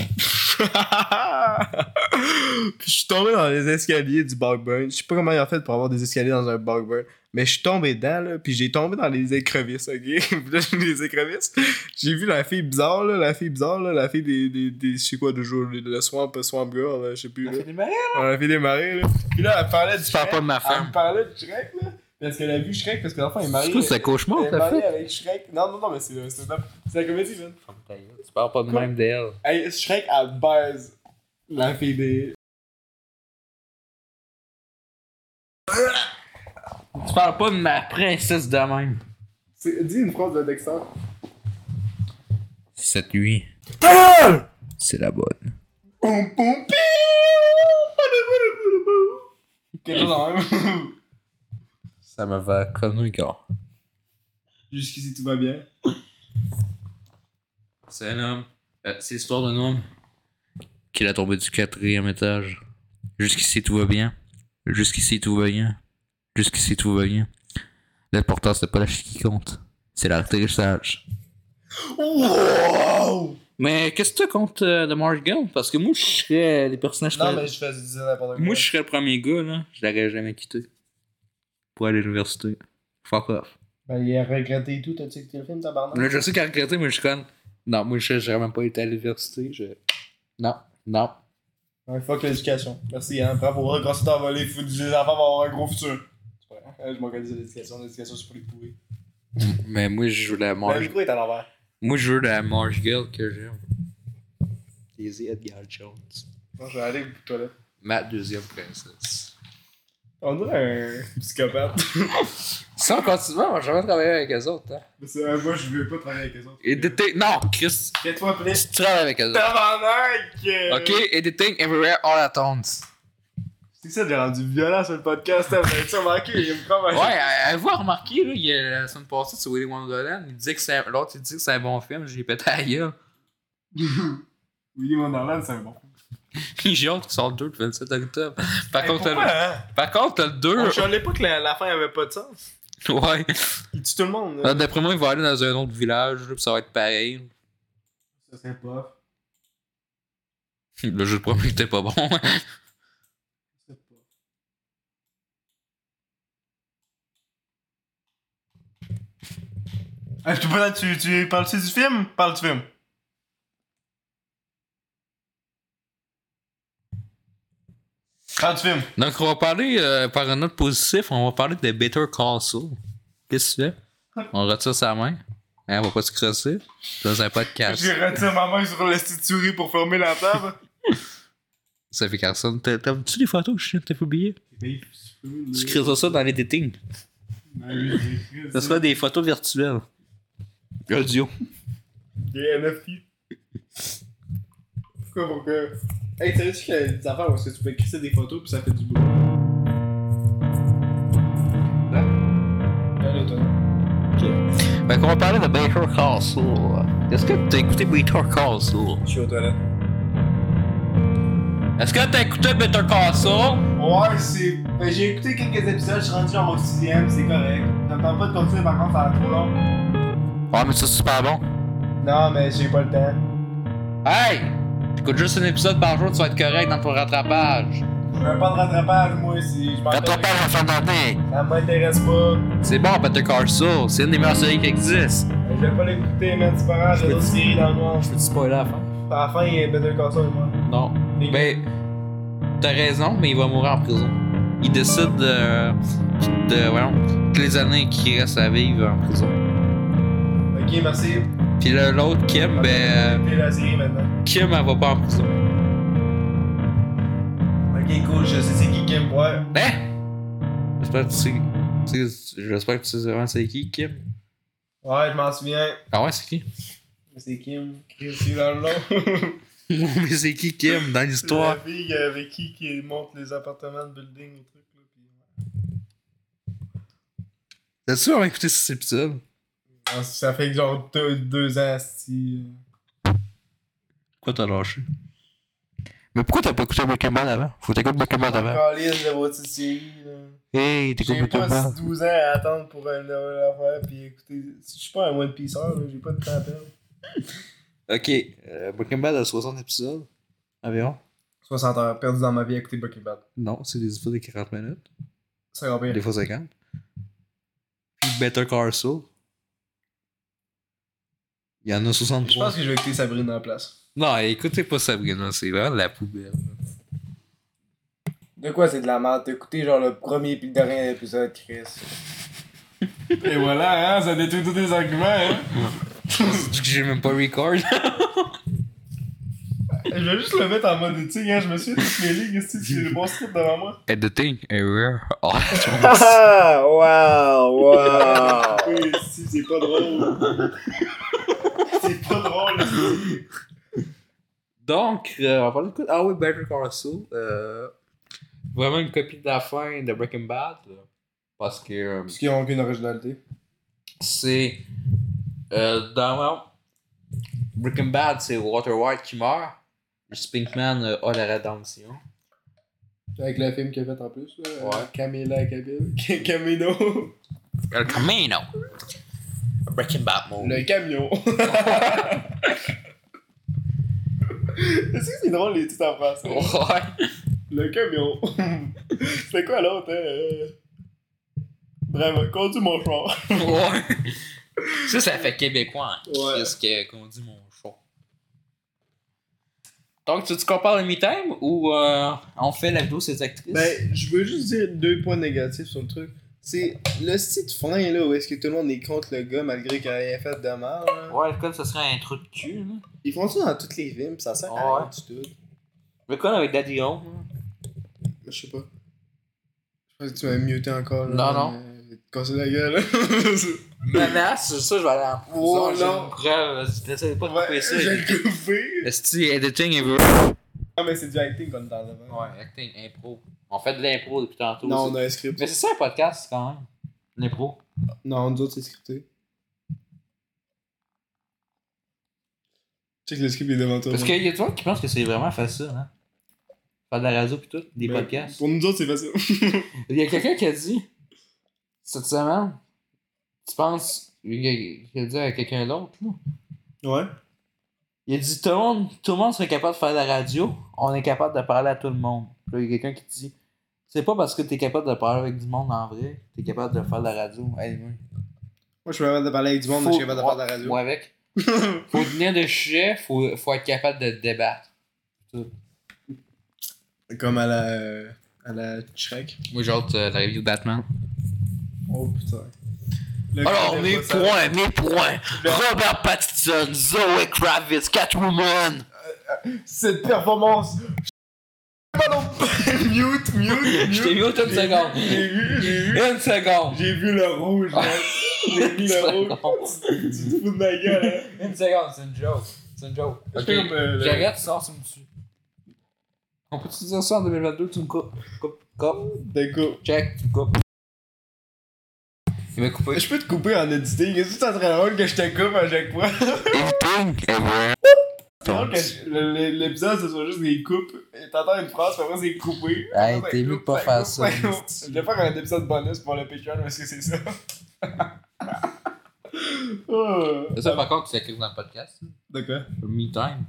[SPEAKER 2] Puis je suis tombé dans les escaliers du Bulk Burns. Je sais pas comment ils ont fait pour avoir des escaliers dans un Bulk Burns. Mais je suis tombé dedans, là, puis j'ai tombé dans les écrevisses, ok? Puis là, j'ai vu les écrevisses. J'ai vu la fille bizarre, là, la fille bizarre, là, la fille des, des, des je sais quoi, de jour, le swamp, euh, swamp girl, là, je sais plus, là. La fille des marais, là. Puis là, elle parlait du Shrek.
[SPEAKER 1] de ma
[SPEAKER 2] Elle me parlait de Shrek, là. Parce qu'elle a vu Shrek, parce que l'enfant est marié.
[SPEAKER 1] C'est un cauchemar,
[SPEAKER 2] Elle est
[SPEAKER 1] t'as
[SPEAKER 2] mariée
[SPEAKER 1] fait.
[SPEAKER 2] avec Shrek. Non, non, non, mais c'est c'est la, c'est la comédie, man.
[SPEAKER 1] Tu parles pas de même d'elle.
[SPEAKER 2] Hey, Shrek, elle baise la fille des.
[SPEAKER 1] Tu parles pas de ma princesse de même.
[SPEAKER 2] C'est- Dis une phrase de Dexter.
[SPEAKER 1] Cette nuit, c'est la bonne.
[SPEAKER 2] Poum, poum, Quelque chose en même.
[SPEAKER 1] Ça me va comme un gars.
[SPEAKER 2] Jusqu'ici, tout va bien.
[SPEAKER 1] C'est un homme. Euh, c'est l'histoire d'un homme qui est tombé du quatrième étage. Jusqu'ici tout va bien. Jusqu'ici tout va bien. Jusqu'ici tout va bien. L'important c'est pas la chute qui compte, c'est l'atterrissage.
[SPEAKER 2] Wow!
[SPEAKER 1] Mais qu'est-ce que t'as contre euh, The Marsh Girl? Parce que moi, je serais les personnages.
[SPEAKER 2] Non,
[SPEAKER 1] frais-
[SPEAKER 2] mais je faisais dire n'importe quoi.
[SPEAKER 1] Moi, je serais le premier gars, là. Je l'aurais jamais quitté. Pour aller à l'université. Fuck off.
[SPEAKER 2] Ben, il a regretté et tout, t'as checké le film, tabarnak?
[SPEAKER 1] Là, je sais qu'à regretter, mais je suis con. Non, moi, je j'aurais même pas été à l'université. Je... Non, non.
[SPEAKER 2] Ouais, fuck l'éducation. Merci, hein. Bravo, hein, grâce à toi, les, fous- les enfants vont avoir un gros futur. C'est vrai, hein, Je m'organise à l'éducation, l'éducation, c'est pour les pourris. Ben,
[SPEAKER 1] Mais moi, Ben, je joue la
[SPEAKER 2] Le
[SPEAKER 1] Marsh.
[SPEAKER 2] micro est à l'envers.
[SPEAKER 1] Moi, je joue la Marsh Girl que j'aime. Daisy Edgar Jones.
[SPEAKER 2] Moi, je vais aller aux toilettes.
[SPEAKER 1] Ma deuxième princesse.
[SPEAKER 2] On dirait un psychopathe.
[SPEAKER 1] Ça, on continue, on va jamais travailler avec eux autres, hein.
[SPEAKER 2] C'est- euh, moi, je veux pas travailler avec les autres.
[SPEAKER 1] Et Editing. Non, Chris,
[SPEAKER 2] Tais-toi, please.
[SPEAKER 1] tu travailles avec eux autres.
[SPEAKER 2] Tabarnak!
[SPEAKER 1] Ok, Editing Everywhere All At Once.
[SPEAKER 2] C'est que ça, j'ai rendu violent sur le podcast, hein, vous avez ça manqué, il me prend ma
[SPEAKER 1] Ouais, avez-vous remarqué, là, il y a, la semaine passée, sur Willy Wonderland, il disait que c'est un- l'autre, il dit que c'est un bon film, j'ai pété à la gueule.
[SPEAKER 2] Willy Wonderland, c'est un bon.
[SPEAKER 1] Puis j'ai hâte qu'ils sortent deux le 27 octobre. Par
[SPEAKER 2] Hey,
[SPEAKER 1] contre,
[SPEAKER 2] pourquoi,
[SPEAKER 1] le,
[SPEAKER 2] hein?
[SPEAKER 1] par contre, le
[SPEAKER 2] On
[SPEAKER 1] 2.
[SPEAKER 2] chialait pas que la, la fin avait pas de sens.
[SPEAKER 1] Ouais.
[SPEAKER 2] Il tue tout le monde.
[SPEAKER 1] Alors,
[SPEAKER 2] Là.
[SPEAKER 1] D'après moi, il va aller dans un autre village, là, puis ça va être pareil.
[SPEAKER 2] Ça serait pas.
[SPEAKER 1] Le jeu de premier était pas bon.
[SPEAKER 2] Ça serait pas. Ah, je te vois là, tu, tu parles-tu du film? Parle du film. Parle du film.
[SPEAKER 1] Donc, on va parler euh, par un autre positif, on va parler de Better Call Saul. Qu'est-ce que tu fais? On retire sa main. Hein, on va pas se crosser. Dans un podcast.
[SPEAKER 2] J'ai retiré ma main sur le stituré pour fermer la table.
[SPEAKER 1] Ça fait Carson. t'as- T'as-tu les photos que je t'ai publiées? Tu
[SPEAKER 2] Ça
[SPEAKER 1] crées ça dans les dating. Ce sera des photos virtuelles. Audio.
[SPEAKER 2] Des NFT. Pourquoi, pourquoi? Hey, savais-tu qu'il y a des affaires où est-ce que tu peux crisser des photos puis ça fait du bruit? Hein? Là? Là, là, toi.
[SPEAKER 1] Fait qu'on Ben, va parler de Better Call Saul. Est-ce que t'as écouté Better Call Saul?
[SPEAKER 2] Je suis aux toilettes.
[SPEAKER 1] Est-ce que t'as écouté Better Call Saul?
[SPEAKER 2] Ouais, c'est. ben, J'ai écouté quelques épisodes, je suis rendu en 6ème, c'est correct. Ça me tente pas de continuer, par contre, ça va être trop long.
[SPEAKER 1] Ouais, mais ça c'est super bon.
[SPEAKER 2] Non, mais j'ai pas le temps.
[SPEAKER 1] Hey! T'écoutes juste un épisode par jour, tu vas être correct dans ton rattrapage.
[SPEAKER 2] Je veux pas de rattrapage, moi, si je m'en
[SPEAKER 1] Rattrapage en fin d'année.
[SPEAKER 2] Ça m'intéresse pas.
[SPEAKER 1] C'est bon, Better Call Saul. C'est une des meilleures séries qui existe.
[SPEAKER 2] Je vais pas l'écouter, man, c'est pas grave, j'ai d'autres séries dans le noir.
[SPEAKER 1] peux te spoiler à la fin?
[SPEAKER 2] À la fin, il y a Better Call Saul, moi.
[SPEAKER 1] Non.
[SPEAKER 2] Les
[SPEAKER 1] Ben, t'as raison, mais il va mourir en prison. Il décide de. de. voyons, toutes les années qui restent à vivre en prison.
[SPEAKER 2] Ok, merci.
[SPEAKER 1] Puis là, l'autre, Kim, ben. euh,
[SPEAKER 2] T'es la série maintenant.
[SPEAKER 1] Kim, elle va pas en prison.
[SPEAKER 2] Ok, cool, je sais c'est qui qui aime voir.
[SPEAKER 1] Hein? J'espère que tu sais. tu sais- J'espère que tu sais vraiment c'est qui, Kim.
[SPEAKER 2] Ouais, je m'en souviens.
[SPEAKER 1] Ah ouais, c'est qui?
[SPEAKER 2] C'est Kim. Chris, il est dans le long.
[SPEAKER 1] mais c'est qui, Kim, dans
[SPEAKER 2] C'est
[SPEAKER 1] l'histoire?
[SPEAKER 2] La fille avec qui qui monte les appartements de building au truc, là. Pis...
[SPEAKER 1] T'es sûr, on va écouter cet épisode?
[SPEAKER 2] Ah, Ça fait genre deux, deux ans, si.
[SPEAKER 1] Pourquoi t'as lâché? Mais pourquoi t'as pas écouté Breaking Bad avant? Faut t'écouter Breaking Bad avant.
[SPEAKER 2] Calice de votre série, là.
[SPEAKER 1] Hey, t'écoutes
[SPEAKER 2] J'ai
[SPEAKER 1] Breaking
[SPEAKER 2] pas
[SPEAKER 1] Bad.
[SPEAKER 2] 12 ans à attendre pour une nouvelle affaire, pis écoutez, je suis pas un One Piece hein, là, j'ai pas de temps à perdre.
[SPEAKER 1] Ok, euh, Breaking Bad a 60 épisodes. Environ.
[SPEAKER 2] 60 heures perdu dans ma vie à écouter Breaking Bad.
[SPEAKER 1] Non, c'est des épisodes de 40 minutes.
[SPEAKER 2] C'est combien?
[SPEAKER 1] Des fois 50. Puis Better Call Saul. Il y en a
[SPEAKER 2] Je
[SPEAKER 1] 63.
[SPEAKER 2] pense que je vais écouter Sabrina en place.
[SPEAKER 1] Non, écoutez pas Sabrina, c'est vraiment de la poubelle.
[SPEAKER 2] De quoi c'est de la merde? T'as écouté genre le premier pis le dernier épisode, Chris. Et voilà, hein, ça détruit tous tes arguments, hein.
[SPEAKER 1] Parce que J'ai même pas record.
[SPEAKER 2] Je vais juste le mettre en mode éthique, hein. Je me suis toutes mes lignes, ici, j'ai le bon script devant moi.
[SPEAKER 1] Editing, error, all
[SPEAKER 8] Ah, wow, wow.
[SPEAKER 2] Oui, si, c'est pas drôle. c'est pas drôle, ici.
[SPEAKER 1] Donc, euh, on va parler de quoi- Ah oui, Better Call Saul. euh, vraiment une copie de la fin de Breaking Bad. là. parce que euh,
[SPEAKER 2] Parce qu'ils ont aucune originalité.
[SPEAKER 1] c'est. euh, dans Breaking Bad, c'est Walter White qui meurt. Juste Pinkman euh, a la rédemption.
[SPEAKER 2] Avec le film qu'il a fait en plus, là.
[SPEAKER 1] Ouais.
[SPEAKER 2] Camila et Camille. Camino.
[SPEAKER 1] El Camino. Breaking Bad
[SPEAKER 2] Le camion. Est-ce que c'est drôle les titres en français?
[SPEAKER 1] Ouais.
[SPEAKER 2] Le camion. C'était quoi l'autre, hein? Euh, Bravo, conduis mon char.
[SPEAKER 1] Ouais. Ça, ça fait québécois. Hein.
[SPEAKER 2] Ouais.
[SPEAKER 1] Qu'est-ce que- qu'on dit, mon show. Donc, tu, tu compares le me-time ou euh, on fait l'abdo ces actrices?
[SPEAKER 2] Ben, je veux juste dire deux points négatifs sur le truc. C'est le site fin, là, où est-ce que tout le monde est contre le gars malgré qu'il a rien fait de mal. là.
[SPEAKER 1] Ouais, comme ça serait un trou de cul. Là.
[SPEAKER 2] Ils font ça dans toutes les films, ça sert à rien du tout.
[SPEAKER 1] Mais quoi, avec Daddy Home?
[SPEAKER 2] Mais Bah, Je sais pas. Je pense que tu m'as muté encore. Là,
[SPEAKER 1] Non, non.
[SPEAKER 2] Euh, Casser la gueule, là.
[SPEAKER 1] Menace, ça, je vais aller en
[SPEAKER 2] Hmm. Oh,
[SPEAKER 1] prison, j'ai
[SPEAKER 2] non.
[SPEAKER 1] une Preuve, t'essayes pas de couper
[SPEAKER 2] ouais,
[SPEAKER 1] ça.
[SPEAKER 2] j'ai le coupé.
[SPEAKER 1] Esti, editing et veut.
[SPEAKER 2] Ah, mais c'est du acting qu'on est en avant.
[SPEAKER 1] Ouais, acting, impro. On fait de l'impro depuis tantôt.
[SPEAKER 2] Non,
[SPEAKER 1] c'est-
[SPEAKER 2] on a un script.
[SPEAKER 1] Mais c'est ça un podcast quand même. L'impro.
[SPEAKER 2] Non, nous autres, c'est scripté. Check le script est devant toi.
[SPEAKER 1] Parce
[SPEAKER 2] moi.
[SPEAKER 1] qu'il y a des gens qui pensent que c'est vraiment facile, hein. Faire de la radio pis tout, des
[SPEAKER 2] Mais
[SPEAKER 1] podcasts.
[SPEAKER 2] Pour nous autres, c'est facile.
[SPEAKER 1] Il y a quelqu'un qui a dit cette semaine, tu penses, il a, il a dit à quelqu'un d'autre, là.
[SPEAKER 2] ouais.
[SPEAKER 1] Il a dit tout le, monde, tout le monde serait capable de faire de la radio, on est capable de parler à tout le monde. Puis là, il y a quelqu'un qui dit C'est pas parce que t'es capable de parler avec du monde en vrai, que t'es capable de faire de la radio. Allez, oui.
[SPEAKER 2] Moi, je suis capable de parler avec du monde, mais je suis capable de faire de la radio.
[SPEAKER 1] Moi avec. faut tenir de sujet, faut, faut être capable de débattre.
[SPEAKER 2] Comme à la. à la Shrek.
[SPEAKER 1] Moi, j'ai hâte euh, de la review de Batman.
[SPEAKER 2] Oh putain. Le
[SPEAKER 1] Alors,
[SPEAKER 2] gars,
[SPEAKER 1] mes
[SPEAKER 2] il voit
[SPEAKER 1] points,
[SPEAKER 2] ça.
[SPEAKER 1] mes points. Robert Pattinson, Zoe Kravitz, Catwoman.
[SPEAKER 2] Cette performance. Pardon. mute, mute, mute.
[SPEAKER 1] Je t'ai mis au top
[SPEAKER 2] J'ai vu-
[SPEAKER 1] seconde.
[SPEAKER 2] J'ai vu, j'ai vu.
[SPEAKER 1] Une seconde.
[SPEAKER 2] J'ai vu le rouge, là. J'ai vu le rouge. Tu te fous de ma gueule, hein.
[SPEAKER 1] Une seconde, c'est une joke. C'est une joke.
[SPEAKER 2] Je
[SPEAKER 1] Ok,
[SPEAKER 2] fais comme, euh, le-
[SPEAKER 1] J'arrête, tu sors, tu me tues. On peut-tu dire ça en 2022? Tu me coupes. Coupe, coupe.
[SPEAKER 2] D'accord.
[SPEAKER 1] Check, tu me coupes. Il m'a coupé.
[SPEAKER 2] Je peux te couper en editing. Est-ce que ça serait drôle que je te coupe à chaque fois?
[SPEAKER 1] eh
[SPEAKER 2] C'est drôle que je- le- le- l'épisode, ce soit juste des coupes. Et T'entends une phrase, puis après, c'est coupé.
[SPEAKER 1] Hey,
[SPEAKER 2] Après,
[SPEAKER 1] t'es
[SPEAKER 2] coupe,
[SPEAKER 1] mieux de pas
[SPEAKER 2] coupe,
[SPEAKER 1] faire ça.
[SPEAKER 2] coupe. Je vais faire un épisode bonus pour le Patreon parce que c'est ça. Ah. Oh.
[SPEAKER 1] Ça, par contre, tu l'écris dans le podcast.
[SPEAKER 2] De quoi?
[SPEAKER 1] Me Time.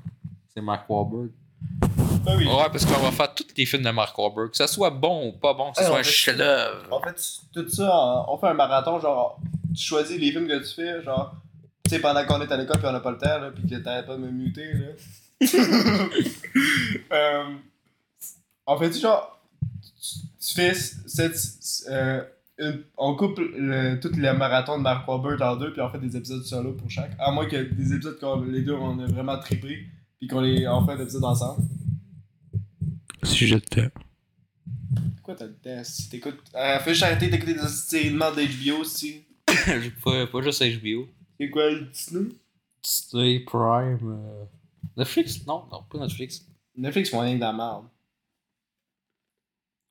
[SPEAKER 1] C'est Mark Wahlberg.
[SPEAKER 2] Ah oui.
[SPEAKER 1] Ouais, parce qu'on va faire tous les films de Mark Wahlberg. Que ça soit bon ou pas bon, que ça
[SPEAKER 2] Ouais,
[SPEAKER 1] soit
[SPEAKER 2] on
[SPEAKER 1] un
[SPEAKER 2] fait-
[SPEAKER 1] chef-d'œuvre.
[SPEAKER 2] En fait, tout ça, en- on fait un marathon, genre, tu choisis les films que tu fais, genre, tu sais, pendant qu'on est à l'école puis on a pas le temps, là, puis que t'arrêtes pas de me muter, là. Euh, on fait, tu genre, tu, tu fais cette. euh, une- on coupe le, tout le marathon de Mark Wahlberg en deux, puis on fait des épisodes solo pour chaque. À moins que des épisodes qu'on les deux, on a vraiment trippé, puis qu'on les on fait un épisode ensemble.
[SPEAKER 1] Sujet de
[SPEAKER 2] Pourquoi t'as le temps? Si t'écoutes. Euh, fais juste arrêter d'écouter des enseignements d'HBO aussi.
[SPEAKER 1] J'ai pas, pas juste HBO.
[SPEAKER 2] C'est quoi le Disney?
[SPEAKER 1] Disney Prime. euh, Netflix Non, non, pas Netflix.
[SPEAKER 2] Netflix font rien que de la merde.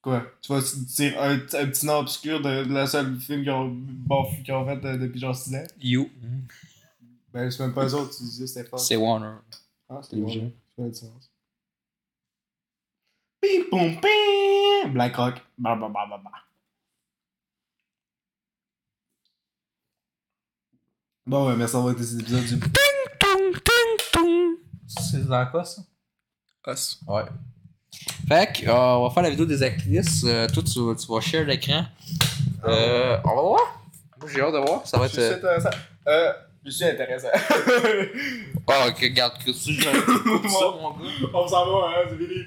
[SPEAKER 2] Quoi? Tu vas dire un, un petit nom obscur de, de la seule film qu'ils ont, bon, qu'ils ont fait euh, depuis genre 6 ans?
[SPEAKER 1] You.
[SPEAKER 2] Ben, c'est même pas eux autres, tu disais c'était fort.
[SPEAKER 1] C'est Warner.
[SPEAKER 2] Ah, c'est bon.
[SPEAKER 1] Télévision.
[SPEAKER 2] Ça fait du sens. Pim pum pim! Black Rock. Bah bah bah bah bah. Bon, ouais, merci d'avoir été cet épisode du.
[SPEAKER 1] C'est dans quoi ça
[SPEAKER 9] Os.
[SPEAKER 1] Ouais. Fait que, euh, on va faire la vidéo des actrices. Euh, toi, tu, vas- tu vas share l'écran. Euh, on va voir. Moi, j'ai hâte de voir. Ça va
[SPEAKER 2] Je
[SPEAKER 1] être.
[SPEAKER 2] suis
[SPEAKER 1] euh,
[SPEAKER 2] intéressant. Euh, je suis intéressant.
[SPEAKER 1] Oh, ok, regarde, Chris, tu j'ai un petit coup de ça, mon gars.
[SPEAKER 2] On s'en va, hein, c'est fini.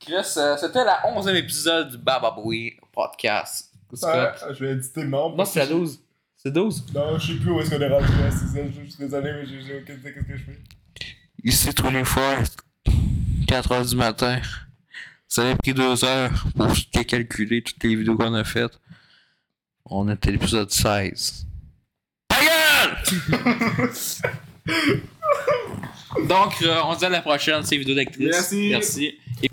[SPEAKER 1] Chris, euh, c'était la 11e épisode du Bababoui podcast.
[SPEAKER 2] Ah, je vais éditer le nom.
[SPEAKER 1] Non, c'est la 12. C'est 12.
[SPEAKER 2] Non, je sais plus où est-ce qu'on est rendu là, c'est ça. Je je suis désolé, mais j'ai j'ai aucune idée qu'est-ce que je fais.
[SPEAKER 1] Ici, tous les fois, 4 heures du matin. Ça avait pris 2 heures pour calculer toutes les vidéos qu'on a faites. On était à l'épisode 16. Ta gueule! Donc, euh, on se dit à la prochaine, c'est vidéo d'actrice.
[SPEAKER 2] Merci.
[SPEAKER 1] Merci.